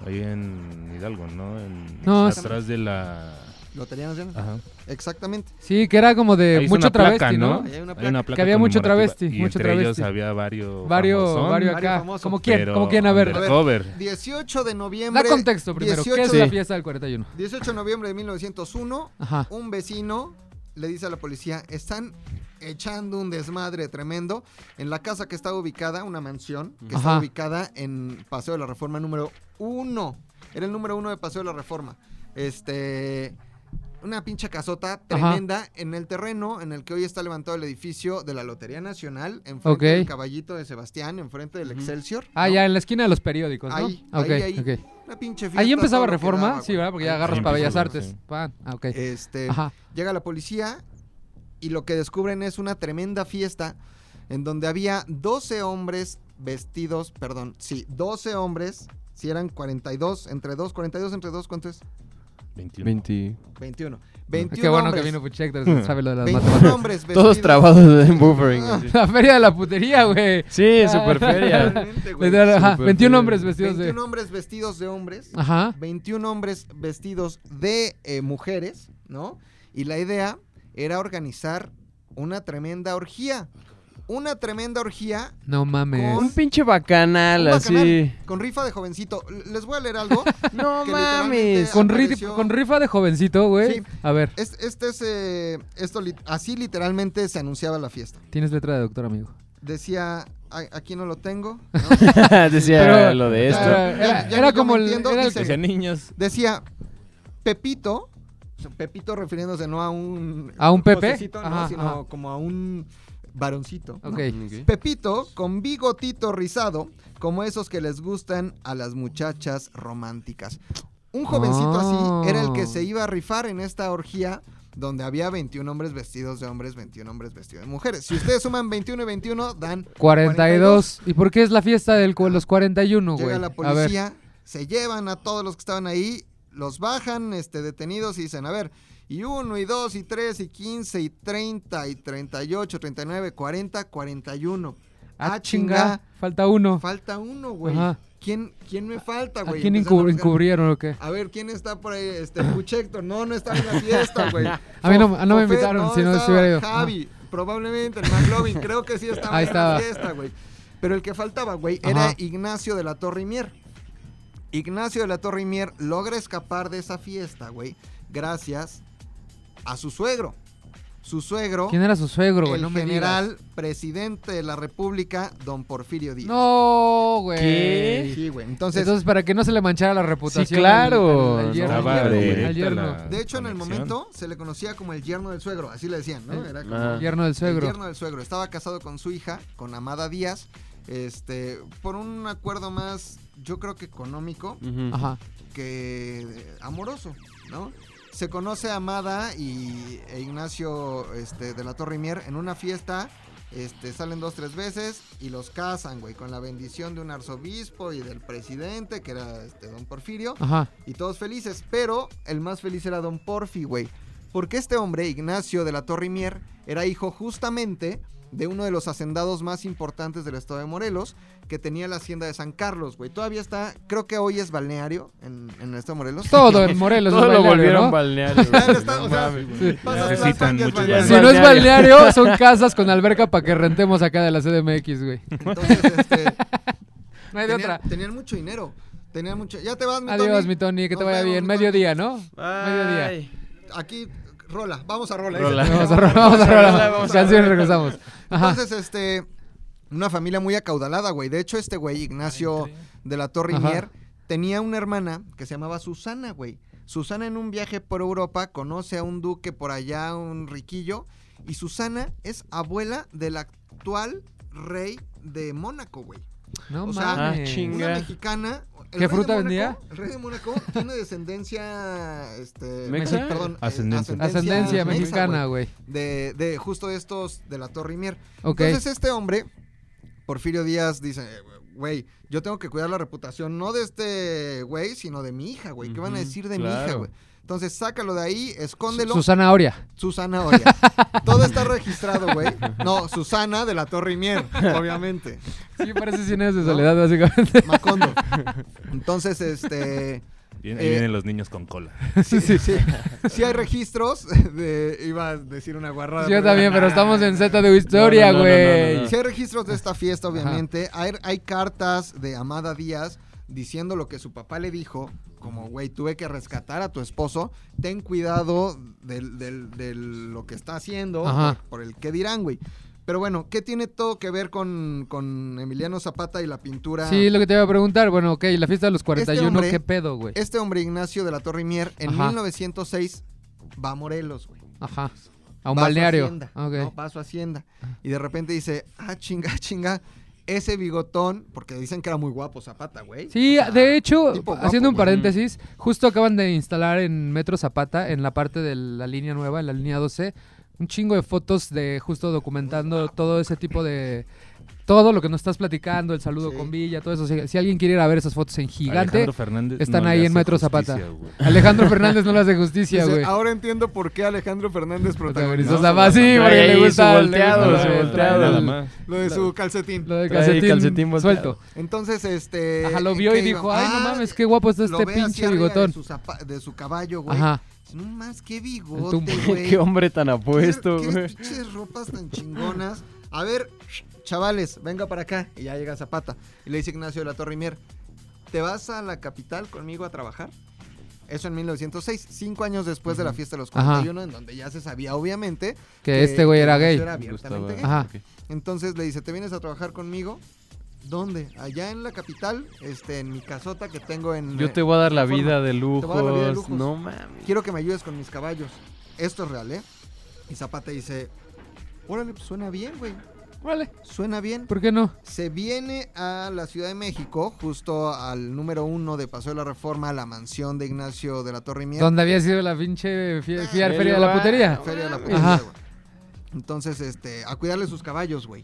Ahí en Hidalgo, ¿no? En-
No, es-
atrás de la.
Lotería Nacional.
Ajá.
Exactamente.
Sí, que era como de
Ahí hizo
mucho
una placa,
travesti, ¿no?
Ahí hay una
Hay
placa.
una placa
Que había mucho
conmemorativa.
travesti,
Y
mucho
entre ellos
travesti.
había varios.
Vario,
famosón,
vario
varios
acá.
famosos.
¿Cómo quién?
pero
¿Cómo quién? A ver,
undercover.
18 de noviembre.
da contexto primero. ¿Qué
18
es la fiesta del 41?
18 de noviembre de 1901,
Ajá.
un vecino le dice a la policía, están echando un desmadre tremendo en la casa que está ubicada, una mansión, que
Ajá.
está ubicada en Paseo de la Reforma número uno. Era el número uno de Paseo de la Reforma. Este... Una pinche casota tremenda en el terreno en el que hoy está levantado el edificio de la Lotería Nacional, enfrente
Ok.
del Caballito de Sebastián, enfrente del
Ujú.
Excelsior.
Ah,
¿no?
ya en la esquina de los periódicos, ¿no?
Ahí,
Ah, ok,
ahí, ahí.
ok.
Una pinche fiesta,
Ahí
todo
empezaba
lo que
Reforma,
daba,
sí,
güey.
¿verdad? Porque ya
Ahí
agarras
sí
para Bellas
empezaba,
Artes.
sí.
Pan. Ah, ok.
Este,
Ajá.
llega la policía y lo que descubren es una tremenda fiesta en donde había 12 hombres vestidos, perdón, sí, 12 hombres, si eran 42, entre 2, 42 entre 2, ¿cuánto es?
21.
20.
21. 21
Qué bueno
hombres,
que vino Puchector, sabe lo de las
21
matemáticas.
hombres vestidos.
Todos trabados en buffering. güey.
[laughs] La feria de la putería, güey.
Sí,
Ah. [laughs]
superferia.
Totalmente, güey.
Literal, ajá,
Súper
21
bien.
hombres vestidos
21 hombres vestidos de hombres.
de... Ajá.
21 hombres vestidos de eh, mujeres, ¿no? Y la idea era organizar una tremenda orgía. Una tremenda orgía
No mames.
Un pinche bacanal,
Un
así.
bacanal, Con rifa de jovencito. L- Les voy a leer
[laughs]
algo.
No
Que literalmente-
mames.
Con, ri-
apareció-
con rifa de jovencito, güey.
Sí.
A ver,
Es- este es. eh, esto lit- así literalmente se anunciaba la fiesta.
tienes letra de doctor, amigo.
Decía. "A- Aquí no lo tengo.
[laughs]
[laughs] Decía
Pero-
lo de esto.
Era,
Ya-
era-
ya
era
yo
como
me
el...
entiendo,
era el-
dice-
Decía niños.
Decía. Pepito. Pepito refiriéndose no a un.
¿A un Pepe?
josecito, no,
Ajá,
sino
ajá.
como a un varoncito. ¿no?
Ok.
Pepito con bigotito rizado, como esos que les gustan a las muchachas románticas. Un jovencito
Ah.
así era el que se iba a rifar en esta orgía donde había 21 hombres vestidos de hombres, 21 hombres vestidos de mujeres. Si ustedes suman 21 y 21, dan
42. ¿Y por qué es la fiesta de los 41, güey?
Llega la
A ver.
policía, se llevan a todos los que estaban ahí, los bajan este, detenidos y dicen, a ver, y uno, y dos, y tres, y quince, y treinta, y treinta y ocho, treinta y nueve, cuarenta, cuarenta y uno.
Ah, chinga. Falta uno.
Falta uno, güey.
Ajá.
¿Quién, ¿Quién me falta,
¿A
güey?
quién
Empezaron Ah,
encub-
buscar-
encubrieron o qué?
A ver, ¿quién está por ahí? Este, Puchector. No, no estaba en la fiesta, güey.
[laughs] A mí no-
Fof-
no me
Fofet,
invitaron, si no, sí
estaba.
hubiera ido.
Javi, probablemente, el McLovin, creo que
[laughs]
sí estaba
Ahí
en la
estaba.
fiesta, güey. Pero el que faltaba, güey, era
Ajá.
Ignacio de la Torre y Mier. Ignacio de la Torre y Mier logra escapar de esa fiesta, güey, gracias a su suegro. Su suegro,
¿Quién era su suegro, güey?
el
No me
general presidente de la República, don Porfirio
digas.
Díaz.
No, güey.
¿Qué?
Sí, güey.
Entonces,
Entonces,
para que no se le manchara la reputación. al-
claro.
al- al yerno,
Estaba
al yerno,
directa
al yerno,
la-
de hecho, en el
conexión.
momento se le conocía como el yerno del suegro, así le decían, ¿no? Era como
Ah.
al yerno del
el
suegro.
yerno del suegro. Estaba casado con su hija, con Amada Díaz, este, por un acuerdo más, yo creo que económico
Ujú.
Ajá.
que eh, amoroso, ¿no? Se conoce a Amada y e Ignacio este, de la Torre y Mier en una fiesta. Este, salen dos, tres veces y los casan, güey, con la bendición de un arzobispo y del presidente, que era este, don Porfirio
Ajá.
y todos felices, pero el más feliz era Don Porfi, güey. Porque este hombre, Ignacio de la Torre y Mier, era hijo justamente de uno de los hacendados más importantes del estado de Morelos, que tenía la hacienda de San Carlos, güey. Todavía está, creo que hoy es balneario en, en el estado de Morelos. [laughs]
Pues Todo en Morelos.
Todo
es
lo
balneario,
volvieron
¿no?
balneario.
Ya
güey.
está,
No [laughs]
o sea,
mames, güey.
Sí.
Pasas
Necesitan
Tlalpan y es
muchos
balneario.
Si no es balneario, son
[laughs]
casas con alberca para que rentemos acá de la CDMX, güey.
Entonces, este,
No [laughs] hay de
tenían,
otra.
tenían mucho dinero. Tenían mucho. Ya te vas, mi
Adiós,
Tony.
mi Tony, que te
Nos
vaya
vemos,
bien.
mi Tony.
Mediodía, ¿no? Mediodía.
Ay.
Aquí, rola. Vamos a rola.
Rola.
dice.
Vamos
[laughs]
a robar, vamos a
Vamos a
robar.
robar.
Canción y regresamos. Ajá.
Entonces, este, una familia muy acaudalada, güey. De hecho, este güey, Ignacio de la Torre y
Ajá.
Mier, tenía una hermana que se llamaba Susana, güey. Susana en un viaje por Europa conoce a un duque por allá, un riquillo, y Susana es abuela del actual rey de Mónaco, güey.
No
o sea,
mames.
ah, chinga.
Una mexicana. el
¿Qué
rey de
fruta
Mónaco-
vendía?
El rey de Mónaco tiene descendencia, este,
¿Mexa?
mexi- perdón, eh,
Ascendencia.
Ascendencia
mexa,
mexicana,
güey,
güey.
De, de justo estos de la Torre y Mier.
Ok.
Entonces este hombre, Porfirio Díaz, dice, "Eh, güey, yo tengo que cuidar la reputación no de este güey, sino de mi hija, güey. ¿Qué van a
Ujú,
decir de mi hija,
claro.
güey? Entonces sácalo de ahí, escóndelo.
Susana Oria.
Susana Oria.
[laughs]
Todo está registrado, güey. No, Susana de la Torre y Mier, obviamente.
Sí, parece cines de
¿No?
soledad, básicamente. [laughs]
Macondo. Entonces, este...
Vienen, ahí
Eh,
vienen los niños con cola.
Sí, sí, sí. hay registros de... Iba a decir una guarrada.
Yo
pero-
también, pero estamos en Z de historia,
No, no, no, no, no,
güey.
no, no.
Si hay registros de esta fiesta, obviamente. Hay, hay cartas de Amada Díaz diciendo lo que su papá le dijo, como, güey, tuve que rescatar a tu esposo, ten cuidado del- del- de lo que está haciendo,
Ajá.
por, por el que dirán, güey. Pero bueno, ¿qué tiene todo que ver con, con Emiliano Zapata y la pintura?
Sí, lo que te iba a preguntar, bueno, ok, la fiesta de los 41,
Este hombre-
¿qué pedo, güey?
Este hombre, Ignacio de la Torre Mier, en
Ajá.
1906 va a Morelos, güey.
Ajá. A un
Va a su
balneario.
hacienda,
Ah, ok.
¿no? Va a su hacienda. Y de repente dice, ah, chinga, [laughs] chinga, ese bigotón, porque dicen que era muy guapo Zapata, güey.
Sí,
O sea,
de hecho,
tipo guapo,
haciendo un
güey.
paréntesis, justo acaban de instalar en Metro Zapata, en la parte de la línea nueva, en la línea 12, un chingo de fotos de justo documentando todo ese tipo de... Todo lo que nos estás platicando, el saludo
Sí.
con Villa, todo eso. Si, si alguien quiere ir a ver esas fotos en gigante,
Alejandro Fernández
están
no le
ahí en
hace
Metro
justicia,
Zapata.
güey.
Alejandro Fernández no le hace
Dice, "Ah,
justicia, güey.
ahora entiendo por qué Alejandro Fernández
Protagonizó
protagonizó
Zapata. Sí,
Trae
porque
ahí
le
su
gusta, le
volteado,
gusta
su
el-
volteado.
el-
Nada más.
lo de su calcetín.
Lo de
Trae
calcetín,
calcetín volteado.
suelto.
Entonces, este...
Ajá, lo
¿en
vio y
qué
dijo,
iba?
ay, no
Ah,
mames, qué guapo está
lo
este
ve
pinche
hacia arriba
bigotón.
De su, zapa- de su caballo, güey.
Ajá.
Dice, No más, qué
El
bigote,
tumbo. [laughs]
güey.
[laughs] Qué hombre tan apuesto,
¿Qué-
güey.
Qué pinches ropas tan chingonas. A ver, chavales, venga para acá. Y ya llega Zapata. Y le dice Ignacio de la Torre Mier, ¿te vas a la capital conmigo a trabajar? Eso en 1906, cinco años después de la fiesta de los
Ajá.
41, en donde ya se sabía, obviamente,
Que este güey
que
era
Ignacio
gay.
Era abiertamente gay.
Ajá.
Entonces le dice, ¿te vienes a trabajar conmigo? ¿Dónde? Allá en la capital, este, en mi casota que tengo en...
Yo te voy a dar la
Forma.
vida de
voy a dar la vida de
lujos.
lujos.
No mames.
quiero que me ayudes con mis caballos. Esto es real, ¿eh? Y Zapata dice, órale, pues suena bien, güey.
Vale,
Suena bien.
¿por qué no?
Se viene a la Ciudad de México, justo al número uno de Paseo de la Reforma, a la mansión de Ignacio de la Torre Mier.
Donde había sido la pinche fie-
Ah,
fiar
el
feria de la
lugar.
putería.
Feria de la
Ajá.
Puebla, güey. Entonces, este, a cuidarle sus caballos, güey.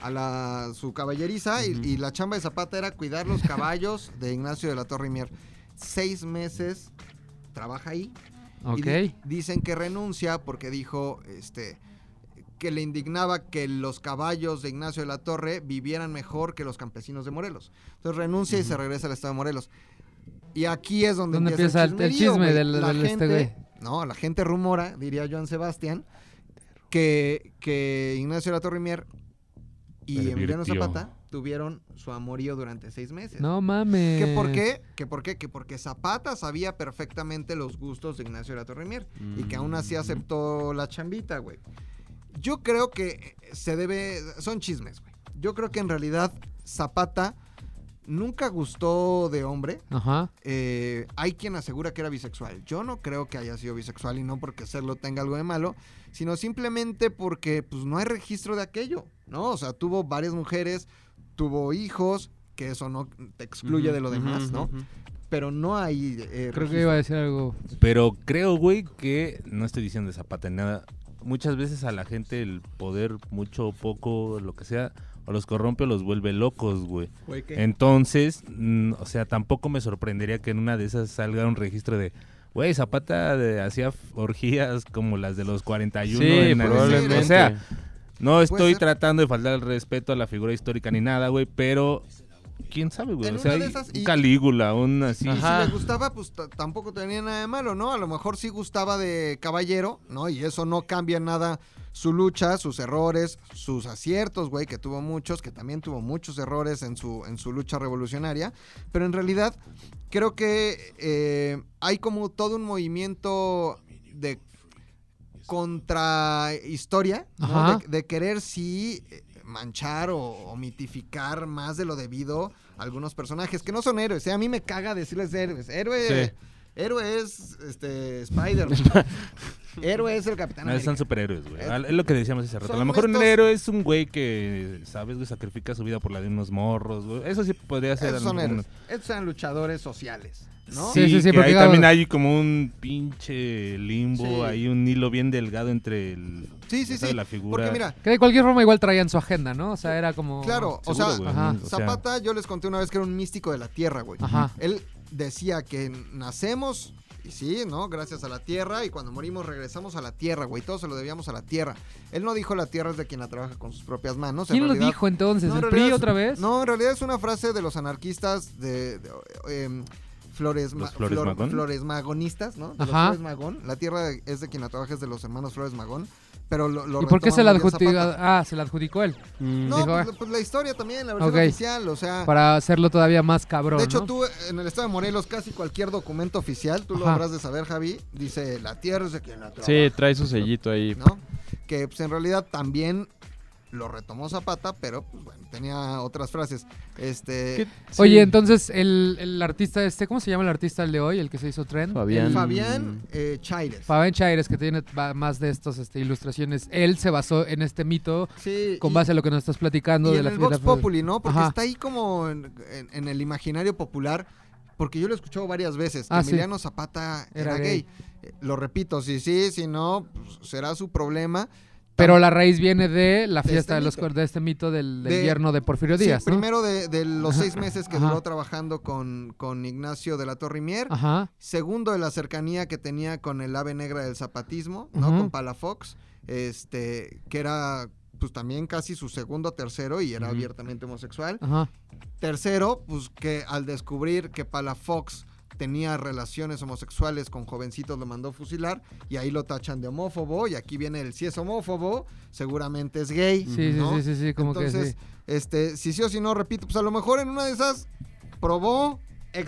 A la, su caballeriza y- y, la chamba de Zapata era cuidar los caballos de Ignacio de la Torre Mier. Seis meses trabaja ahí. y
Ok.
di- dicen que renuncia porque dijo, este, que le indignaba que los caballos de Ignacio de la Torre vivieran mejor que los campesinos de Morelos. Entonces renuncia y se regresa al estado de Morelos. Y aquí es donde,
¿Dónde empieza el- el
chismerío,
chisme
güey.
del-
La
del este
gente-
güey?
No, la gente rumora, diría Joan Sebastián, que, que Ignacio de la Torre Mier y
Pervirtió.
Emiliano Zapata tuvieron su amorío durante seis meses.
No mames.
¿Que por qué? ¿Que por qué? Que porque Zapata sabía perfectamente los gustos de Ignacio de la Torre Mier y que aún así aceptó la chambita, güey. Yo creo que eh, se debe. Son chismes, güey. Yo creo que en realidad Zapata nunca gustó de hombre.
Ajá.
Eh, hay quien asegura que era bisexual. Yo no creo que haya sido bisexual y no porque serlo tenga algo de malo, sino simplemente porque pues, no hay registro de aquello, ¿no? O sea, tuvo varias mujeres, tuvo hijos, que eso no te excluye de lo demás, ¿no? Pero no hay... eh,
Creo
registro.
que iba a decir algo.
Pero creo, güey, que no estoy diciendo de Zapata ni nada. Muchas veces a la gente el poder, mucho o poco, lo que sea, o los corrompe o los vuelve locos, güey.
Güey, ¿qué?
Entonces, mm, o sea, tampoco me sorprendería que en una de esas salga un registro de, güey, Zapata de- hacía f- orgías como las de los 41.
Sí,
en la-
probablemente.
O sea, no estoy
ser.
tratando de faltar el respeto a la figura histórica ni nada, güey, pero quién sabe, güey.
En
O sea,
una de
hay
esas
un
y-
Calígula, un así.
Y
Ajá.
si le gustaba, pues t- tampoco tenía nada de malo, ¿no? A lo mejor sí gustaba de caballero, ¿no? Y eso no cambia nada su lucha, sus errores, sus aciertos, güey, que tuvo muchos, que también tuvo muchos errores en su, en su lucha revolucionaria. Pero en realidad, creo que eh, hay como todo un movimiento de contra historia, ¿no?
Ajá.
de, de querer sí eh, manchar o, o mitificar más de lo debido a algunos personajes que no son héroes. ¿eh? A mí me caga decirles héroes. Héroe,
Sí.
héroe es este, Spider.
[laughs]
héroe es el Capitán
No,
América.
son superhéroes, güey.
Eh,
Al- Es lo que decíamos hace rato. A lo
son
mejor un
estos-
héroe es un güey que, ¿sabes? güey? sacrifica su vida por la de unos morros, güey. Eso sí podría ser.
Esos son
un-
héroes. Estos eran luchadores sociales, ¿no?
Sí,
Sí, sí, sí,
que
porque
ahí
cada-
también hay como un pinche limbo,
Sí.
hay un hilo bien delgado entre el...
Sí, sí,
ya sabes,
sí.
La figura.
Porque mira,
Que de cualquier forma igual traían su agenda, ¿no? O sea, era como...
claro, o
Seguro,
sea,
güey,
ajá.
o sea,
Zapata, yo les conté una vez que era un místico de la tierra, güey.
Ajá.
Él decía que nacemos, y sí, ¿no? Gracias a la tierra, y cuando morimos regresamos a la tierra, güey. Todo se lo debíamos a la tierra. Él no dijo la tierra es de quien la trabaja con sus propias manos. en
¿Quién lo
realidad-
dijo entonces?
No, en
¿El
realidad
PRI
es-
otra vez?
No, en realidad es una frase de los anarquistas de. de, em, Flores, Ma-
¿Los Flores
Flor-
Magón?
Flores Magonistas, ¿no? De los
Ajá.
Flores Magón. La tierra es de quien la trabaja, es de los hermanos Flores Magón. pero lo, lo
¿Y por qué se la
retoma Emiliano
adjudicó?
Zapata.
Ah, se la adjudicó él.
Mm.
No,
Dijo,
pues,
ah.
la- pues la historia también, la versión
Ok.
oficial, o sea...
Para hacerlo todavía más cabrón.
Ah. de hecho,
¿no?
tú eh, en el estado de Morelos, casi cualquier documento oficial, tú lo
Ajá.
habrás de saber, Javi, dice la tierra es de quien la trabaja.
Sí, trae su sellito ahí.
¿no? Que pues, en realidad también lo retomó Zapata, pero pues, bueno, tenía otras frases. Este,
¿Qué? Sí.
Oye, entonces el, el artista este, ¿cómo se llama el artista el de hoy, el que se hizo trend?
el
Fabián.
Fabián eh, Chaires.
Fabián Chaires, que tiene va- más de estas este, ilustraciones. Él se basó en este mito
Sí,
con
y-
base a lo que nos estás
y
platicando de
en
la
el
figura
Vox Populi, ¿no? Porque
Ajá.
está ahí como en, en- en el imaginario popular, porque yo lo he escuchado varias veces, que
Ah, sí.
Emiliano Zapata era,
Era
gay.
gay.
Eh, Lo repito, si sí, si no, pues, será su problema.
Pero la raíz viene de la
De este
fiesta de, los
mito.
cuer- de este mito del, del
De-
yerno de Porfirio
Sí,
Díaz. ¿no?
primero de, de los seis meses que
Ajá. Ah.
duró trabajando con, con Ignacio de la Torrimier.
Ajá.
Segundo, de la cercanía que tenía con el ave negra del zapatismo, ¿no?
Ujú.
Con Palafox, este, que era pues también casi su segundo o tercero y era
Ujú.
abiertamente homosexual.
Ajá.
Tercero, pues que al descubrir que Palafox tenía relaciones homosexuales con jovencitos lo mandó fusilar y ahí lo tachan de homófobo y aquí viene el si es homófobo, seguramente es gay.
Sí, sí,
¿no?
sí, sí, sí, como que
Entonces,
sí.
este, si sí o si no, repito, pues a lo mejor en una de esas probó,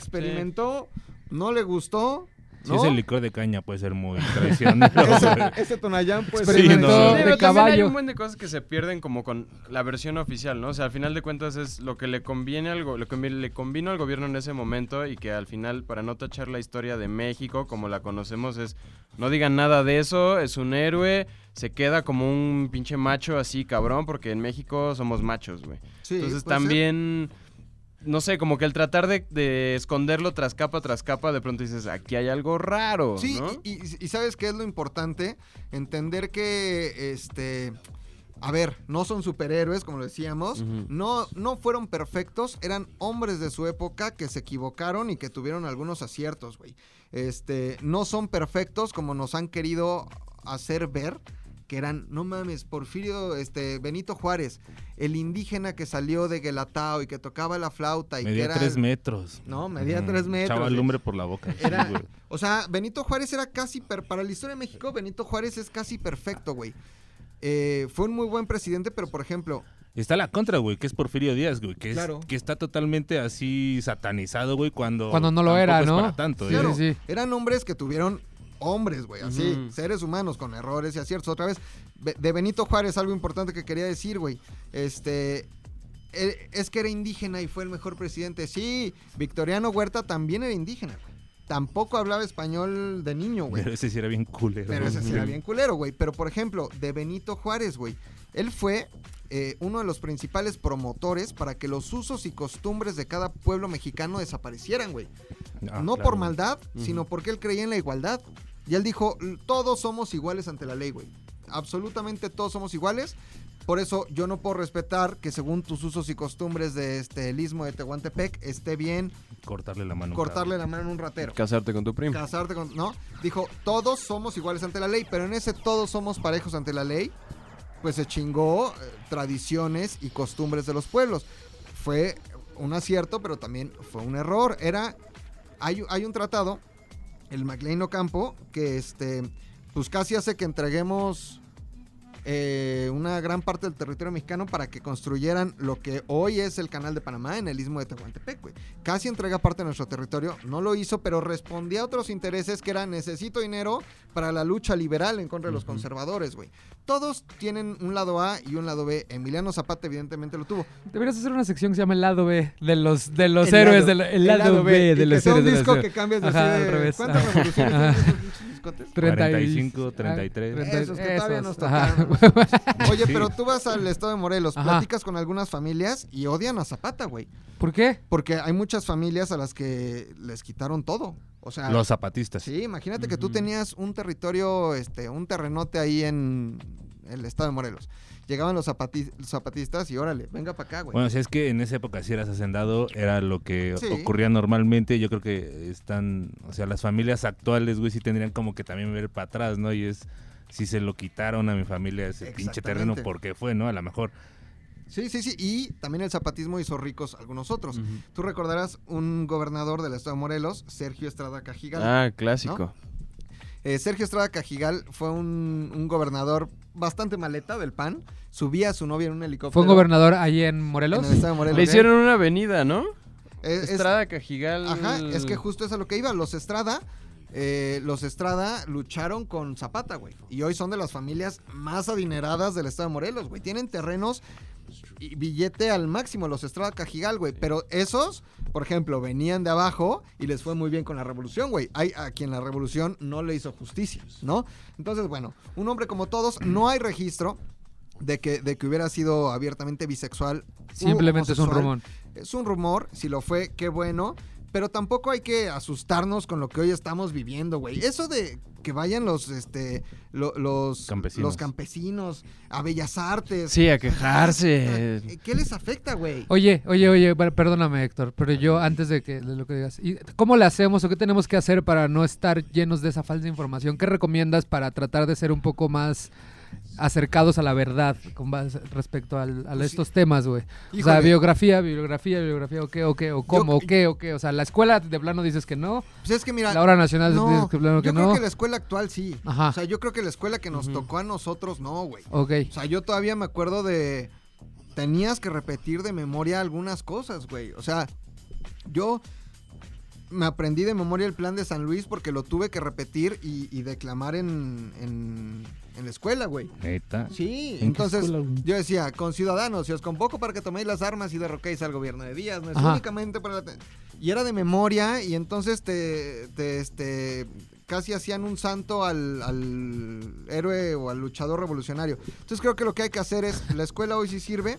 experimentó, no le gustó.
Si
¿no?
es el licor de caña, puede ser muy traicionero.
[laughs]
güey.
Ese, ese Tonayán pues
Experimentó. Sí, no.
Sí,
de
pero también hay
caballo.
un buen de cosas que se pierden como con la versión oficial, ¿no? O sea, al final de cuentas es lo que le conviene al go- le, convi- le convino al gobierno en ese momento y que al final, para no tachar la historia de México como la conocemos, es no digan nada de eso, es un héroe, se queda como un pinche macho así cabrón, porque en México somos machos, güey.
Sí, pues,
Entonces
puede ser.
también, no sé, como que el tratar de, de esconderlo tras capa tras capa, de pronto dices, aquí hay algo raro,
Sí,
¿no?
y, y- y sabes qué es lo importante, entender que este a ver, no son superhéroes, como lo decíamos,
Ujú.
no, no fueron perfectos, eran hombres de su época que se equivocaron y que tuvieron algunos aciertos, güey. Este, no son perfectos como nos han querido hacer ver, que eran, no mames, Porfirio, este, Benito Juárez, el indígena que salió de Guelatao y que tocaba la flauta y que
Medía
era...
tres metros.
No, medía
Ujú.
tres metros,
Echaba
sí.
lumbre por la boca. sí,
Era-
güey.
O sea, Benito Juárez era casi, per- para la historia de México, Benito Juárez es casi perfecto, güey. Eh, fue un muy buen presidente, pero por ejemplo,
Está la contra, güey, que es Porfirio Díaz, güey, que, es-
Claro.
que está totalmente así satanizado, güey, cuando...
Cuando no lo
tampoco
era,
es
¿no?
para tanto,
Sí,
¿eh?
claro,
sí, sí.
eran hombres que tuvieron hombres, güey, así,
Ujú.
seres humanos con errores y aciertos. Otra vez, Be- de Benito Juárez, algo importante que quería decir, güey. Este. eh, Es que era indígena y fue el mejor presidente. Sí, Victoriano Huerta también era indígena. güey. Tampoco hablaba español de niño,
[laughs]
güey.
[laughs] Pero ese sí era bien culero.
Pero ese sí
güey.
era bien culero, güey. Pero por ejemplo, de Benito Juárez, güey. Él fue eh, uno de los principales promotores para que los usos y costumbres de cada pueblo mexicano desaparecieran, güey.
[laughs] Ah,
no
claro,
por
güey.
maldad,
Ujú.
sino porque él creía en la igualdad. Y él dijo, todos somos iguales ante la ley, güey. Absolutamente todos somos iguales. Por eso yo no puedo respetar que según tus usos y costumbres de este, el istmo de Tehuantepec esté bien
Cortarle la mano. a un
cortarle la mano a un ratero
Casarte con tu primo.
casarte con. No, dijo, todos somos iguales ante la ley, pero en ese todos somos parejos ante la ley, pues se chingó eh, tradiciones y costumbres de los pueblos. Fue un acierto, pero también fue un error. Era. Hay, hay un tratado, el MacLean Ocampo, que este. Pues casi hace que entreguemos. eh, una gran parte del territorio mexicano para que construyeran lo que hoy es el canal de Panamá en el istmo de Tehuantepec, güey casi entrega parte de nuestro territorio, no lo hizo, pero respondía a otros intereses que era necesito dinero para la lucha liberal en contra de los conservadores, güey. Todos tienen un lado A y un lado B. Emiliano Zapata evidentemente lo tuvo.
Deberías hacer una sección que se llama El lado B de los, de los
El
héroes,
lado-
del el,
el
lado,
lado
B,
B,
de
y
los
que sea un
héroes. de la
disco
ciudad.
que cambias de
Ajá,
así de-
al revés.
¿Cuántas
Ajá.
revoluciones tienen esos pinches discotes?
45, 33.
treinta y-
Esos que todavía nos
esos, ajá.
tocaron.
[laughs]
Oye, pero tú vas al estado de Morelos,
Ajá.
platicas con algunas familias y odian a Zapata, güey.
¿Por qué?
Porque hay muchas familias a las que les quitaron todo. O sea,
Los zapatistas.
Sí, imagínate que tú tenías un territorio, este, un terrenote ahí en el estado de Morelos. Llegaban los zapati- zapatistas y órale, venga para acá, güey.
Bueno, si es que en esa época si eras hacendado, era lo que
Sí.
ocurría normalmente. Yo creo que están, o sea, las familias actuales, güey, sí tendrían como que también ver para atrás, ¿no? Y es, si se lo quitaron a mi familia ese pinche terreno,
Exactamente.
porque fue, ¿no? A lo mejor.
Sí, sí, sí. Y también el zapatismo hizo ricos algunos otros. Tú recordarás un gobernador del estado de Morelos, Sergio Estrada Cajigal.
Ah, clásico.
Eh, Sergio Estrada Cajigal fue un, un gobernador bastante maleta del PAN, subía a su novia en un helicóptero.
Fue un gobernador ahí en
en
Morelos.
el estado de Morelos.
Le hicieron una avenida, ¿no?
Es- es-
Estrada Cajigal.
Ajá, es que justo es a lo que iba. Los Estrada, eh, los Estrada lucharon con Zapata, güey. Y hoy son de las familias más adineradas del estado de Morelos, güey. Tienen terrenos y billete al máximo, los Estrada Cajigal, güey. Pero esos, por ejemplo, venían de abajo y les fue muy bien con la revolución, güey. Hay a quien la revolución no le hizo justicia, ¿no? Entonces, bueno, un hombre como todos, no hay registro. De que, de que hubiera sido abiertamente bisexual. u
Simplemente es un
homosexual.
rumor.
Es un rumor, si lo fue, qué bueno. Pero tampoco hay que asustarnos con lo que hoy estamos viviendo, güey. Eso de que vayan los, este, lo- los,
Campesinos.
los campesinos a Bellas Artes. Ah,
Sí, a quejarse.
¿Qué qué les afecta, güey?
Oye, oye, oye, per- perdóname, Héctor, pero yo antes de que de lo que digas, ¿y ¿cómo le hacemos o qué tenemos que hacer para no estar llenos de esa falsa información? ¿Qué recomiendas para tratar de ser un poco más acercados a la verdad con base- respecto al- a
Pues sí.
estos temas, güey? O sea,
Híjole.
biografía, biografía, biografía, o qué, o qué, o cómo, o qué, o qué. O sea, la escuela de plano dices que no,
Pues es que mira,
la hora nacional
no,
dices que de plano que
yo creo
no.
que la escuela actual sí.
Ajá.
O sea, yo creo que la escuela que nos tocó a nosotros no, güey.
Ok.
O sea, yo todavía me acuerdo de. Tenías que repetir de memoria algunas cosas, güey. O sea, yo me aprendí de memoria el plan de San Luis porque lo tuve que repetir y, y declamar en, en, en la escuela, güey.
Neta.
Sí,
¿En qué
entonces
escuela, güey?
yo decía, con ciudadanos, si os convoco para que toméis las armas y derroquéis al gobierno de Díaz, no es
Ajá.
únicamente para la... te-". Y era de memoria y entonces te, te, este, casi hacían un santo al, al héroe o al luchador revolucionario. Entonces creo que lo que hay que hacer es, la escuela hoy sí sirve,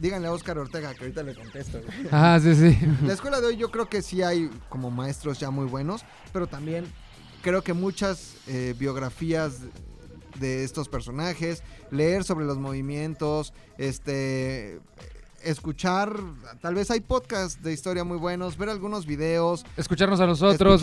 díganle a Óscar Ortega que ahorita le contesto. güey.
Ajá, sí, sí.
La escuela de hoy yo creo que sí hay como maestros ya muy buenos, pero también creo que muchas eh, biografías de estos personajes, leer sobre los movimientos, este escuchar, tal vez hay podcasts de historia muy buenos, ver algunos videos.
Escucharnos a nosotros,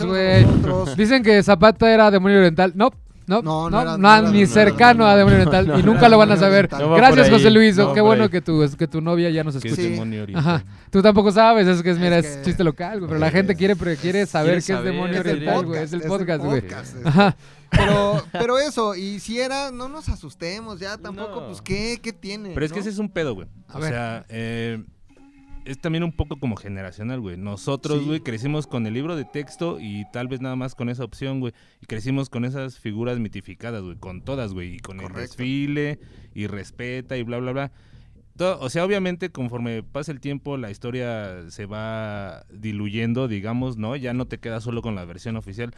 Escucharnos a
güey. [laughs]
nosotros.
Dicen que Zapata era demonio oriental. No, no, no,
No, no
no,
era- no era
ni
demonio
cercano a
oriental.
demonio oriental.
No,
y
no
nunca
era
lo van a
demonio
saber.
oriental.
No va
Gracias,
por ahí,
José Luis.
no va
qué
por
bueno
ahí.
que tu, es que tu novia ya nos
Que
escucha.
es
Sí.
demonio oriental.
Ajá. Tú tampoco sabes, es que es, mira,
Es
es,
que-
chiste local, güey. Pero la gente quiere, pero quiere saber qué es
saber,
demonio
es del
oriental, güey. Es
podcast,
del podcast, güey.
podcast, este.
Ajá.
Pero, pero eso, y si era, no nos asustemos ya tampoco,
No.
pues qué, qué tiene.
Pero es que
¿no?
ese es un pedo, güey.
A
O
ver.
sea, eh, es también un poco como generacional, güey. Nosotros,
Sí.
güey, crecimos con el libro de texto y tal vez nada más con esa opción, güey. Y crecimos con esas figuras mitificadas, güey. Con todas, güey. Y con
Correcto.
el desfile y respeta y bla, bla, bla. To- o sea, obviamente conforme pasa el tiempo la historia se va diluyendo, digamos, ¿no? Ya no te quedas solo con la versión oficial.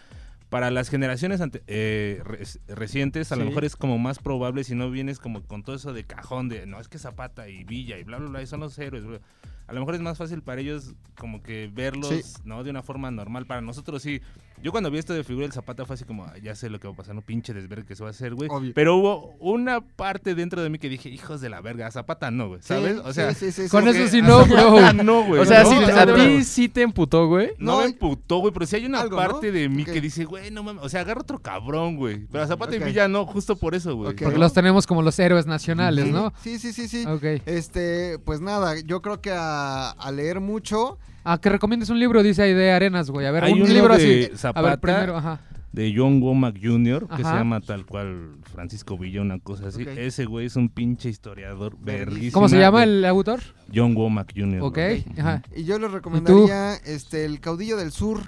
Para las generaciones ante- eh, res- recientes, a lo
Sí.
mejor es como más probable si no vienes como con todo eso de cajón de, no, es que Zapata y Villa y bla, bla, bla, y son los héroes. bla". A lo mejor es más fácil para ellos como que verlos,
Sí.
¿no? De una forma normal. Para nosotros sí. Yo cuando vi esto de figura del Zapata fue así como, "Ah, ya sé lo que va a pasar, no pinche desvergue que se va a hacer, güey.
Obvio.
Pero hubo una parte dentro de mí que dije, hijos de la verga, a Zapata no, güey.
Sí,
¿Sabes? o sea,
sí, sí, sí,
Con
sí.
como
eso
que
sí
a
no,
Zapata
bro.
No, güey.
O sea,
No,
si
o
te-
sea,
a
de verdad.
ti sí te emputó, güey.
[laughs]
No,
No, eh.
me emputó, güey, pero si hay una
algo,
parte
¿no?
de mí
Ok.
que dice, güey, no mames, o sea, agarra otro cabrón, güey. Pero a Zapata
Ok.
y Villa no, justo por eso, güey.
Ok.
Porque los tenemos como los héroes nacionales,
Sí,
¿no?
Sí, sí, sí, sí.
Ok.
Este, pues nada, yo creo que a, a leer mucho.
Ah, que recomiendes un libro, dice ahí de Arenas, güey. A ver,
Hay
un
uno
libro
de
así. A ver,
Zapata.
primero, ajá.
de John Womack Jr., que
Ajá.
se llama tal cual Francisco Villa, una cosa así.
Ok.
Ese güey es un pinche historiador verguísima.
¿Cómo se llama
de
el autor?
John Womack Jr.
Ok,
güey.
ajá.
Y yo les recomendaría este el caudillo del sur.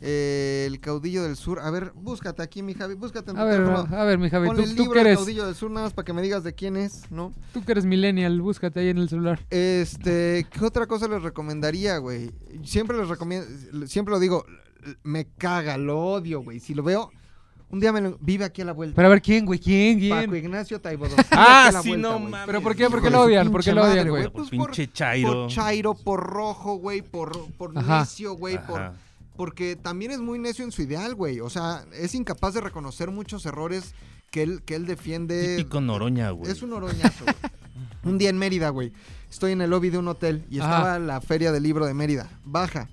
eh, el caudillo del sur. A ver, búscate aquí, mi Javi. Búscate en tu
A ver,
teléfono.
a ver, mi Javi,
Ponle
tú,
el
tú
libro
que
El
eres,
caudillo del sur, nada más para que me digas de quién es, ¿no?
tú que eres millennial, búscate ahí en el celular.
Este, ¿qué otra cosa les recomendaría, güey? Siempre les recomiendo, siempre lo digo, me caga, lo odio, güey. Si lo veo, un día me lo vive aquí a la vuelta.
Pero a ver, ¿quién, güey? ¿Quién,
Paco
quién?
Ignacio Taibodo. vive
[laughs] Ah,
aquí a la
sí,
vuelta,
no
güey.
mames.
¿Pero por qué? ¿Por
Hijo
qué
de
lo
su
odian? ¿Por qué
pinche
lo odian,
madre,
güey?
güey.
Por
Pues
pinche
Por
Chairo.
Chairo, por Rojo, güey, por, por
Ajá.
necio, güey, por...
Ajá.
Porque también es muy necio en su ideal, güey. O sea, es incapaz de reconocer muchos errores que él, que él defiende.
Típico Noroña, güey.
Es un oroñazo,
[laughs]
güey. Un día en Mérida, güey. Estoy en el lobby de un hotel y
Ajá.
estaba la feria del libro de Mérida. Baja.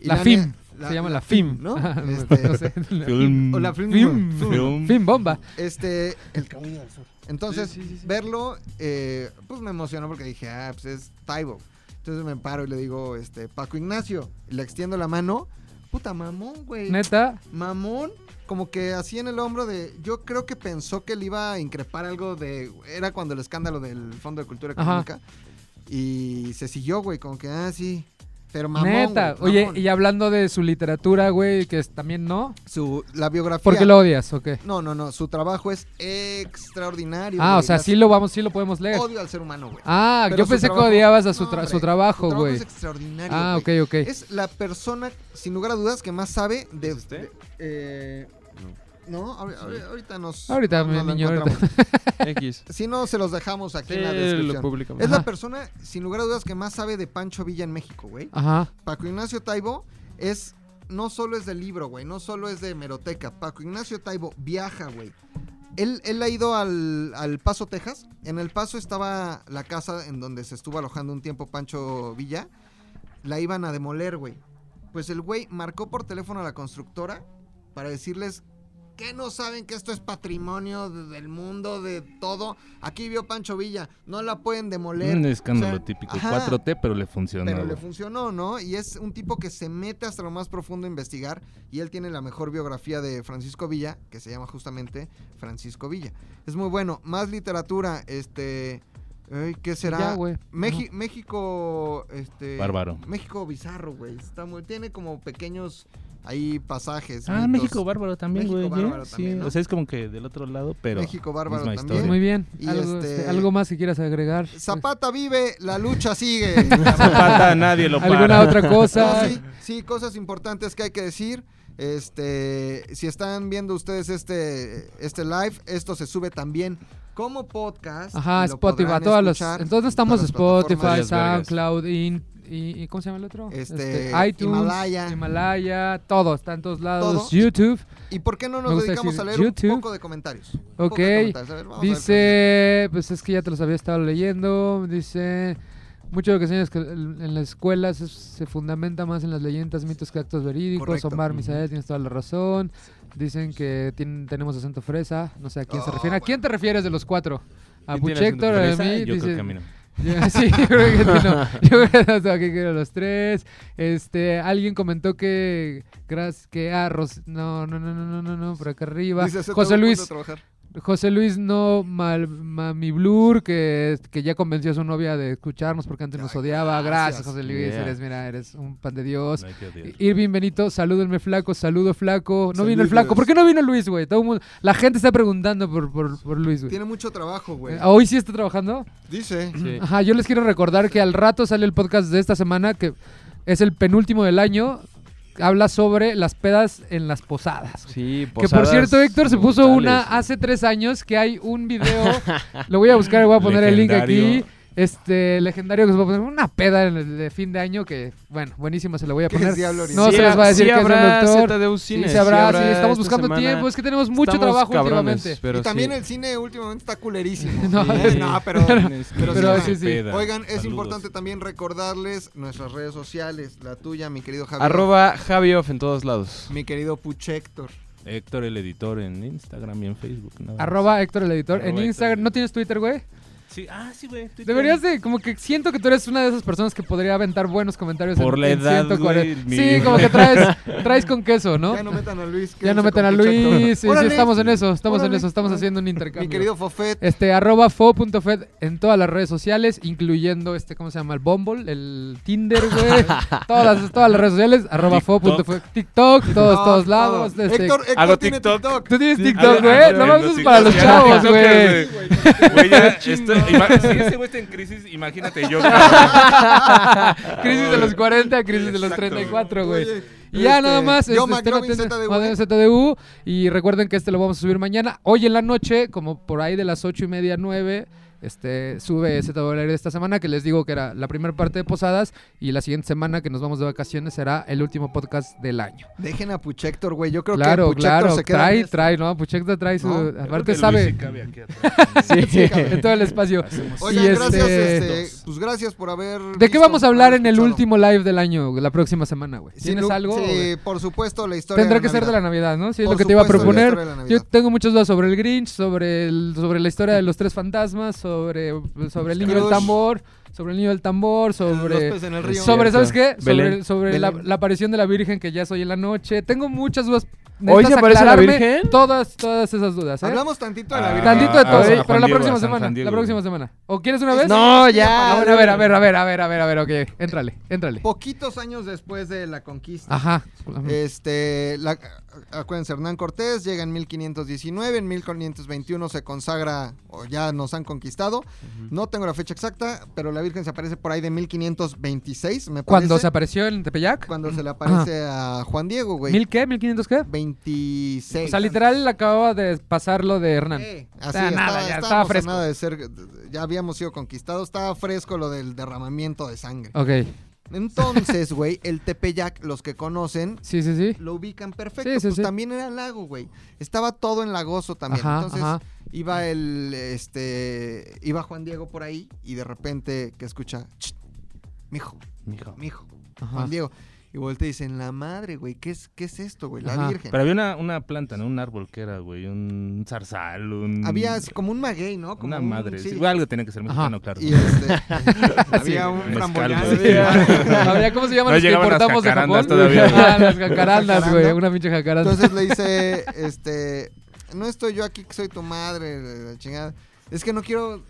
Y
La
ne-
FIM. Se llama la FIM,
¿no?
Ajá,
Este,
[laughs] [laughs] no sé. La
Film.
o la film.
FIM.
Film.
FIM bomba.
Este, el camino del sur. Entonces,
Sí, sí, sí, sí.
verlo, eh, pues me emocionó porque dije, ah, pues es Taibo. Entonces me paro y le digo, este, Paco Ignacio, le extiendo la mano. Puta, mamón, güey.
Neta.
Mamón. como que así en el hombro de. Yo creo que pensó que le iba a increpar algo de. Era cuando el escándalo del Fondo de Cultura
Ajá.
Económica. Y se siguió, güey, como que, ah, sí. Pero mamón.
Neta.
güey,
Oye,
mamón.
y hablando de su literatura, güey, que es- también no.
Su, la biografía.
¿Por qué lo odias o qué?
No, no, no. Su trabajo es extraordinario.
Ah, o
güey,
sea,
las-
sí lo vamos, sí lo podemos leer.
Odio al ser humano, güey.
Ah,
Pero
yo
su
pensé
trabajo-
que odiabas a su,
No,
tra- su
hombre,
trabajo,
su
güey.
Es extraordinario.
Ah,
güey.
ok, ok.
Es la persona, sin lugar a dudas, que más sabe de.
¿Es usted?
de- eh, no, ahor- ahor- ahorita nos.
Ahorita,
no
mi
lo
niño, ahorita. [laughs]
encontramos.
X.
Si no, se los dejamos aquí
Sí,
en la
lo
descripción.
publicamos.
Es la
Ajá.
persona, sin lugar a dudas, que más sabe de Pancho Villa en México, güey.
Ajá.
Paco Ignacio Taibo es. No solo es de libro, güey. No solo es de meroteca. Paco Ignacio Taibo viaja, güey. Él, él ha ido al, al Paso, Texas. En el Paso estaba la casa en donde se estuvo alojando un tiempo Pancho Villa. La iban a demoler, güey. Pues el güey marcó por teléfono a la constructora para decirles que no saben que esto es patrimonio de- del mundo, de todo. Aquí vio Pancho Villa, no la pueden demoler.
Un escándalo
O sea,
típico.
ajá.
4T, pero le funcionó.
Pero le
güey.
funcionó, ¿no? Y es un tipo que se mete hasta lo más profundo a investigar y él tiene la mejor biografía de Francisco Villa, que se llama justamente Francisco Villa. Es muy bueno. Más literatura, este... ay, ¿Qué será?
Ya, güey.
Meji- México, este...
Bárbaro.
México bizarro, güey. Está muy- Tiene como pequeños ahí pasajes.
Ah,
mitos.
México Bárbaro también,
México
güey. ¿eh?
Bárbaro
Sí,
también, ¿no?
O sea, es como que del otro lado, pero.
México Bárbaro
misma
también.
historia.
pues
[laughs]
Muy bien.
Y
Algo,
este-
este, algo más que quieras agregar.
Zapata vive, la lucha
[laughs]
sigue.
Zapata, nadie lo para.
Pues, ¿Alguna otra
No,
cosa?
sí, sí, cosas importantes que hay que decir. Este, si están viendo ustedes este, este live, esto se sube también como podcast.
Ajá,
y lo
Spotify, a
podrán
todas las.
escuchar
Entonces estamos
en todas las
Spotify,
plataformas. Varias vergas.
SoundCloud, in- y, y- ¿cómo se llama el otro?
Este,
iTunes,
Himalaya.
Himalaya, todo, está en todos lados.
Todo.
YouTube.
¿Y por qué no
Me
nos
gusta
dedicamos
decir
a leer un
YouTube.
poco de comentarios? Un
Ok,
poco de comentarios. A ver, vamos a ver
Dice, pues es que ya te los había estado leyendo. Dice, mucho de lo que enseñas que en en las escuelas es- se fundamenta más en las leyendas, mitos que actos verídicos.
Correcto.
Omar Misael, tienes toda la razón. Dicen que tienen- tenemos acento fresa. No sé a quién se
Oh,
refiere. ¿A quién te refieres de los cuatro? ¿A
¿Quién tiene
Puchector? ¿A
acento
Fresa,
mí?
yo
Dice-
creo que a mí no.
Ya, [laughs] sí, yo creo que sí, no. Yo creo que no, aquí quiero los tres. Este, alguien comentó que gras- que ah, Ros- no, no, no, no, no, no, no, por acá arriba.
Dice, "Se
José
tengo que
Luis,
trabajar".
José Luis no mal, mami blur que, que ya convenció a su novia de escucharnos porque antes nos
Ay,
odiaba. Gracias,
gracias.
José Luis,
Yeah.
eres mira, eres un pan de Dios.
No hay que odiar.
Irving Benito, salúdenme flaco, saludo flaco. No vino el
Saludos.
flaco. ¿Por qué no vino Luis, güey? Todo el mundo- la gente está preguntando por, por, por Luis, güey.
Tiene mucho trabajo, güey.
Eh, Hoy sí está trabajando.
Dice. [laughs]
Sí.
Ajá, yo les quiero recordar que al rato sale el podcast de esta semana, que es el penúltimo del año. Habla sobre las pedas en las posadas.
Sí,
que por
posadas
cierto, Héctor se puso
brutales,
una
güey.
hace tres años que hay un video.
[laughs]
lo voy a buscar, voy a poner el link
Legendario.
aquí. Este legendario que se va a poner una peda en el de fin de año que, bueno, buenísimo, se lo voy a
¿Qué es
poner.
Diablo Oriente?
No
Sí
se les va a decir
sí
que es
habrá
el doctor.
ZDU
Sí,
Cines,
se habrá, sí,
habrá
estamos
esta
buscando
semana.
tiempo, es que tenemos mucho
Estamos
trabajo
cabrones,
últimamente.
Pero
y también
sí.
el cine últimamente está culerísimo.
[laughs] No,
Eh, [laughs]
sí.
no, pero, pero sí,
Pero
no.
sí, sí.
Peda.
Oigan, es
Saludos.
importante también recordarles nuestras redes sociales, la tuya, mi querido Javier.
Arroba Javioff en todos lados.
Mi querido Puchector.
Héctor el editor en Instagram y en Facebook. nada más.
Arroba Héctor el editor.
Arroba
en
Héctor
Instagram,
el
¿no
editor.
tienes Twitter, güey?
Sí, ah, sí, güey. Twitter.
Deberías de, como que siento que tú eres una de esas personas que podría aventar buenos comentarios
Por
en,
la
en
edad, güey, mi-
Sí, como que
[laughs]
traes, traes con queso, ¿no?
Ya no metan a Luis.
Ya
quédense
no metan a
con
Luis,
Puchector.
sí, sí,
Órale.
estamos en eso, estamos en
Órale.
eso, estamos
Órale.
haciendo un
Mi
intercambio.
querido Fofet.
Este, arroba fo.fed en todas las redes sociales, incluyendo este, ¿cómo se llama? El Bumble, el Tinder,
[laughs]
güey. todas, las- todas las redes sociales, arroba
TikTok.
fo.fed, TikTok, todos,
No,
todos
todo.
lados. este,
Héctor, Héctor
Hago
tiene
TikTok.
TikTok.
Tú tienes
Ah,
TikTok,
ah,
güey. No
en
mames,
los
eso es para los
TikToks, ya, [laughs]
chavos,
TikTokers,
güey. [laughs]
Güey, ya, estoy- ima- si ese güey está en crisis, imagínate yo.
Crisis de los 40, crisis de los
Exacto,
34, güey.
Oye,
Y ya
este,
nada más,
Yo,
este, estén
McLovin,
atentos,
ZDU,
Madden ZDU, y recuerden que este lo vamos a subir mañana, hoy en la noche, como por ahí de las ocho y media, 9, este, sube ZDU al aire de esta semana, que les digo que era la primera parte de Posadas, y la siguiente semana que nos vamos de vacaciones será el último podcast del año.
Dejen a Puchector, güey. Yo creo
claro,
que Puchector
claro,
se queda.
trae,
en-
trae, ¿no? Puchecta trae su...
No,
aparte sabe [laughs]
Sí, cabrón.
en todo el espacio.
Oigan,
Y
gracias,
este-
este, pues gracias por haber.
¿De qué
visto,
vamos a hablar
haber
en el
escuchado.
último live del año, la próxima semana, güey?
Sin
¿Tienes
lu-
algo?
Sí, por supuesto, la historia.
Tendrá
de
que ser de la Navidad, ¿no? Sí, es
Por
lo que te iba a
supuesto, la
proponer.
historia de la Navidad.
Yo tengo muchas dudas sobre el Grinch, sobre, el- sobre la historia de los tres fantasmas, sobre, sobre el niño del
Scrooge.
tambor, sobre el niño del tambor,
Los
sobre...
peces en el río.
Sobre, ¿sabes qué? Sobre,
Belén.
sobre la,
Belén.
la aparición de la Virgen que ya soy en la noche. Tengo muchas dudas. necesitas
se parece a la
aclararme
Virgen?
Todas, todas esas dudas, ¿eh?
Hablamos tantito de la
Ah,
Virgen.
Tantito de
Ah,
todo,
sí,
pero
Juan
la
Diego,
próxima
a San
semana,
San Diego.
la próxima semana. ¿O quieres una vez?
No, ya.
Ah, bueno, a ver, a ver, a ver, a ver, a ver, a ver, ok. Éntrale, éntrale.
Poquitos años después de la conquista.
Ah, Ajá.
Este, la- acuérdense, Hernán Cortés llega en 1519, en 1521 se consagra, o ya nos han conquistado. No tengo la fecha exacta, pero la Virgen se aparece por ahí de 1526, me parece.
¿Cuándo se apareció en Tepeyac?
Cuando se le aparece a Juan Diego, güey.
¿Mil qué? ¿Mil quinientos qué?
26.
O sea, literal acababa de pasar lo de Hernán.
Eh, así
Está nada,
estaba-
ya estaba
estábamos a
fresco.
nada de ser, ya habíamos sido conquistados, estaba fresco lo del derramamiento de sangre.
Ok.
Entonces, güey, el Tepeyac, los que conocen,
Sí, sí, sí.
lo ubican perfecto.
Sí, sí,
pues
sí.
también era lago, güey. Estaba todo en lagoso también.
Ajá,
Entonces
ajá.
iba el, este, iba Juan Diego por ahí y de repente que escucha, "Ch, mijo,
Mijo.
mijo,
Ajá.
Juan Diego. Y voltea y dicen, la madre, güey, ¿qué es, ¿qué es esto, güey? La
Ajá.
Virgen.
Pero había una, una planta, ¿no? Un árbol que era, güey, un zarzal, un...
Había así como un maguey, ¿no? Como
mm, una
un-
madre.
sí.
sí, algo tenía que ser mexicano, claro.
Y
[laughs]
este, había
Sí,
un
mezcal,
framboyán.
güey.
Sí.
Habría- ¿Cómo se llaman
No
los que
llegaban las
importamos de Japón?
jacarandas todavía, güey.
Ah, las jacarandas, güey.
Jacaranda.
Una pinche jacaranda.
Entonces le
[laughs]
dice, este, no estoy yo aquí que soy tu madre, la chingada. Es que no quiero,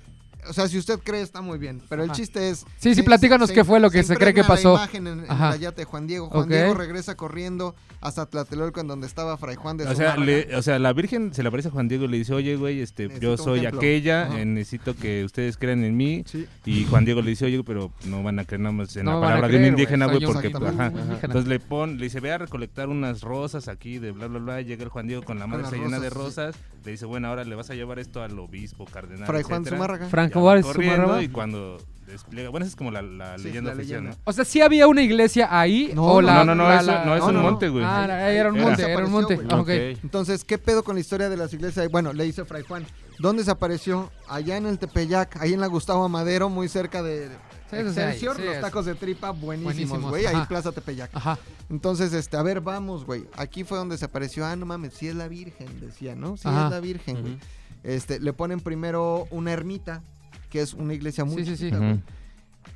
o sea, si usted cree está muy bien, pero el
Ajá.
chiste es.
Sí, sí,
se-
platícanos qué fue lo que se cree que
impregna
pasó.
La imagen en, en
Ajá.
la yate de Juan Diego. Juan
Ok.
Diego regresa corriendo hasta Tlatelolco en donde estaba Fray Juan de
O sea,
Zumárraga.
le- o sea, la Virgen se le aparece a Juan Diego y le dice, oye, güey, este,
Necesito
yo
un
soy
templo".
aquella,
Ajá.
eh, necesito que ustedes crean en mí.
Sí.
Y Juan Diego le dice, oye, pero no van a creer nada más en
No me
la
van a
palabra de
creer,
un
güey,
indígena,
soy
güey,
un
porque...
exactamente
ajá.
un
indígena.
Entonces le pon, le dice, ve a recolectar unas rosas aquí de bla, bla, bla. Llega el Juan Diego con la
Con
madre
las
se llena de
rosas,
rosas. Le dice, bueno, ahora le vas a llevar esto al obispo, cardenal,
Fray Juan
etcétera".
Zumárraga.
Franco
Ya va
Juárez,
corriendo
Zumárraga.
y cuando despliega... Bueno, esa es como la, la
Sí,
leyenda
la
oficial,
leyenda.
O sea, sí había una iglesia ahí.
No,
o la-
no, no, no,
la-
eso-
la-
no, es
No,
un
no, no.
monte, güey.
Ah, era- era un
Era.
monte, era un monte.
Desapareció,
Ah,
Ok.
ok.
Entonces, ¿qué pedo con la historia de las iglesias? Bueno, le dice Fray Juan. ¿Dónde se apareció? Allá en el Tepeyac, ahí en la Gustavo Amadero, muy cerca de
Sí, eso sí hay,
Excelsior,
sí,
los
eso.
tacos de tripa buenísimos,
Buenísimos,
güey, ahí
ajá.
Plaza Tepeyac.
Ajá.
Entonces, este, a ver, vamos, güey. Aquí fue donde se apareció, ah, no mames, sí es la Virgen, decía, ¿no? Sí
Ajá.
es la Virgen, güey. Este, le ponen primero una ermita, que es una iglesia muy
Sí, sí, sí.
chiquita, güey.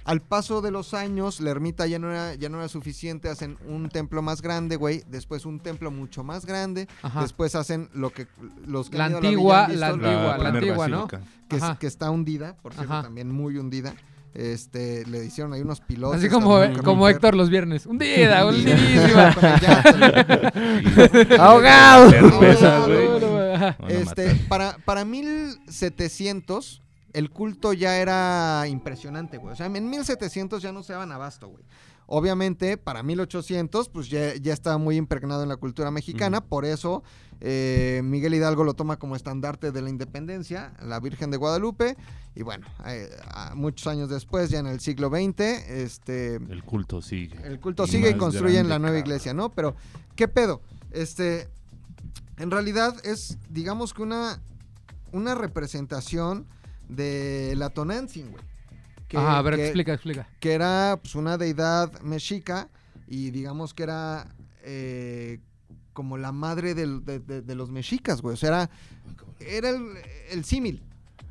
Al paso de los años, la ermita ya no era, ya no era suficiente, hacen un templo más grande, güey, después un templo mucho más grande,
Ajá.
después hacen lo que los que
La
han ido a villa
antigua,
han visto,
la
lo-
antigua,
lo-
la
primer
antigua, ¿no?
basílica.
que, es-
Ajá.
que está hundida, por cierto,
Ajá.
también muy hundida. Este, le hicieron ahí unos pilotos.
Así como, eh, E,
también,
como
Carmen
Héctor los viernes. Hundida,
Hundida.
[laughs]
hundidísima.
Fer. Ya,
[laughs]
Ahogado.
Cerveza,
Ahogado,
güey.
güey.
Ajá.
Van a
Este,
matar.
para, para 1700, el culto ya era impresionante, güey. O sea, en 1700 ya no se daban abasto, güey. Obviamente, para 1800, pues ya, ya estaba muy impregnado en la cultura mexicana.
Mm.
Por eso, eh, Miguel Hidalgo lo toma como estandarte de la independencia, la Virgen de Guadalupe. Y bueno, eh, a- muchos años después, ya en el siglo XX, este,
El culto sigue.
el culto
Y
sigue y
más
construyen
grande,
la nueva
cabrón.
iglesia, ¿no? Pero, ¿qué pedo? Este, en realidad es, digamos que una, una representación de la Tonantzin, güey. Que,
Ajá, a ver,
que-
explica, explica.
que era pues, una deidad mexica y digamos que era eh, como la madre del- de, de- de los mexicas, güey. O sea, era, era el, el símil.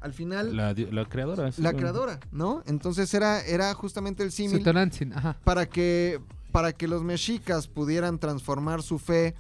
Al final, la,
La, di- la creadora. sí, güey.
creadora, ¿no? Entonces era, era justamente el símil
Sutonantzin, ajá.
para que, para que los mexicas pudieran transformar su fe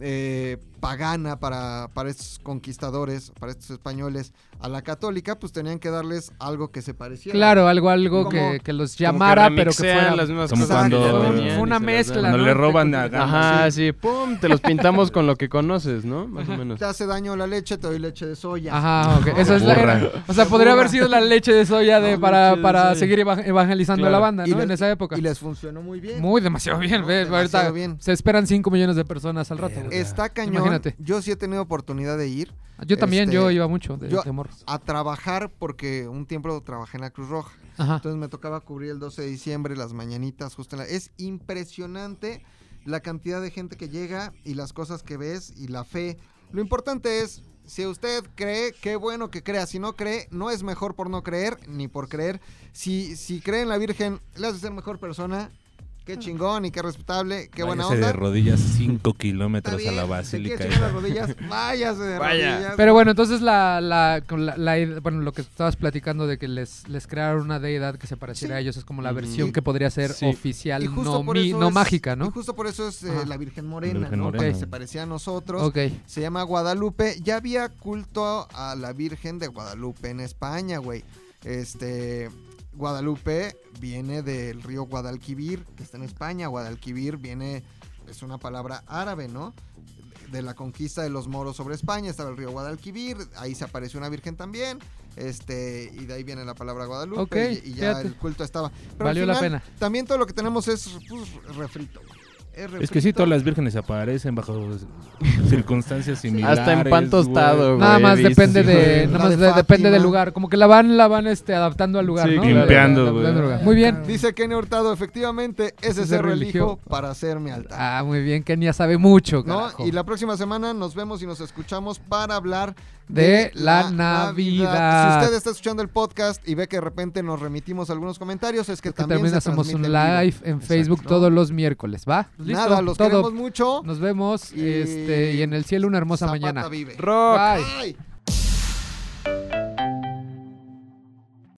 eh, pagana para, para estos conquistadores, para estos españoles, a la católica, pues tenían que darles algo que se pareciera.
Claro, algo, algo que,
Como-
que los llamara, pero que
remixean
fuera.
las mismas
Como
cosas que
cuando-
ya
Fue un-
tenían
fue
y
una
se las
mezcla,
dan.
Cuando
¿no?
le roban
Te
a
cultivan.
Ajá, sí, pum, te los pintamos con lo que conoces, ¿no? Más o menos.
Te hace daño la leche, te doy leche de soya.
Ajá, ok. Eso es la,
Burra.
era- o sea, podría haber sido la leche de soya de,
No,
para,
leche de
para
soya.
seguir eva- evangelizando a la
Claro.
banda,
Y
¿no?
les-
en esa época.
Y les funcionó muy bien.
Muy demasiado bien,
No,
ve,
demasiado
ahorita
bien.
se esperan 5 millones de personas al rato. güey.
Está cañón.
Imagínate.
Yo sí he tenido oportunidad de ir
Yo también,
este,
yo iba mucho de,
yo-
de morro.
a trabajar porque un tiempo trabajé en la Cruz Roja.
Ajá.
Entonces me tocaba cubrir el 12 de diciembre, las mañanitas, justo en la... Es impresionante la cantidad de gente que llega y las cosas que ves y la fe. Lo importante es, si usted cree, qué bueno que crea. Si no cree, no es mejor por no creer ni por creer. Si, si cree en la Virgen, le hace ser mejor persona. Qué chingón y qué respetable, qué buena
Váyase
onda.
de rodillas 5
Está
kilómetros a
bien,
la
se quiere
basílica.
chingar las rodillas, váyase de
Vaya.
rodillas.
Pero bueno, entonces la, la, con la- la id- bueno, lo que estabas platicando de que les, les crearon una deidad que se
Sí.
pareciera a ellos es como la
Ujú.
versión que podría ser
Sí.
Y
oficial,
justo
no,
por
mi-
eso
no
es-
mágica,
Y
¿no?
justo por eso es eh,
Ajá.
la Virgen Morena,
Virgen
¿no?
Morena.
Porque se parecía a nosotros.
Ok.
Se llama Guadalupe. Ya había culto a la Virgen de Guadalupe en España, güey. Este. Guadalupe viene del río Guadalquivir, que está en España. Guadalquivir viene. Es una palabra árabe, ¿no? De la conquista de los moros sobre España. Estaba el río Guadalquivir. Ahí se apareció una virgen también. Este. Y de ahí viene la palabra Guadalupe.
Ok,
y, y ya
fíjate.
el culto estaba. al
Valió la pena.
También todo lo que tenemos es pues, refrito. güey.
Es que sí,
refrito.
todas las vírgenes aparecen bajo circunstancias similares.
Hasta en pan
güey.
tostado, güey.
Nada más
he visto,
depende
sí,
de,
La
nada más
de
de- depende del
Fátima.
lugar, como que la van la van este adaptando al lugar,
Sí,
¿no?
pimpeando,
Adaptando
güey.
al lugar. Muy bien.
Dice Kenny Hurtado, efectivamente, ese
Ese
cerro elijo
religió.
para hacerme altar.
Ah, muy bien, Kenia sabe mucho,
¿No?
carajo.
Y la próxima semana nos vemos y nos escuchamos para hablar
De la Navidad.
Si usted está escuchando el podcast y ve que de repente nos remitimos algunos comentarios, es que,
que
también,
también,
se
hacemos un
transmite en
live
vivo.
en Facebook todos los miércoles, ¿va?
Nada, los
todo.
queremos mucho.
Nos vemos
Y-
este y en el cielo una hermosa
Zapata
mañana.
vive.
Rock.
Bye.
Ay.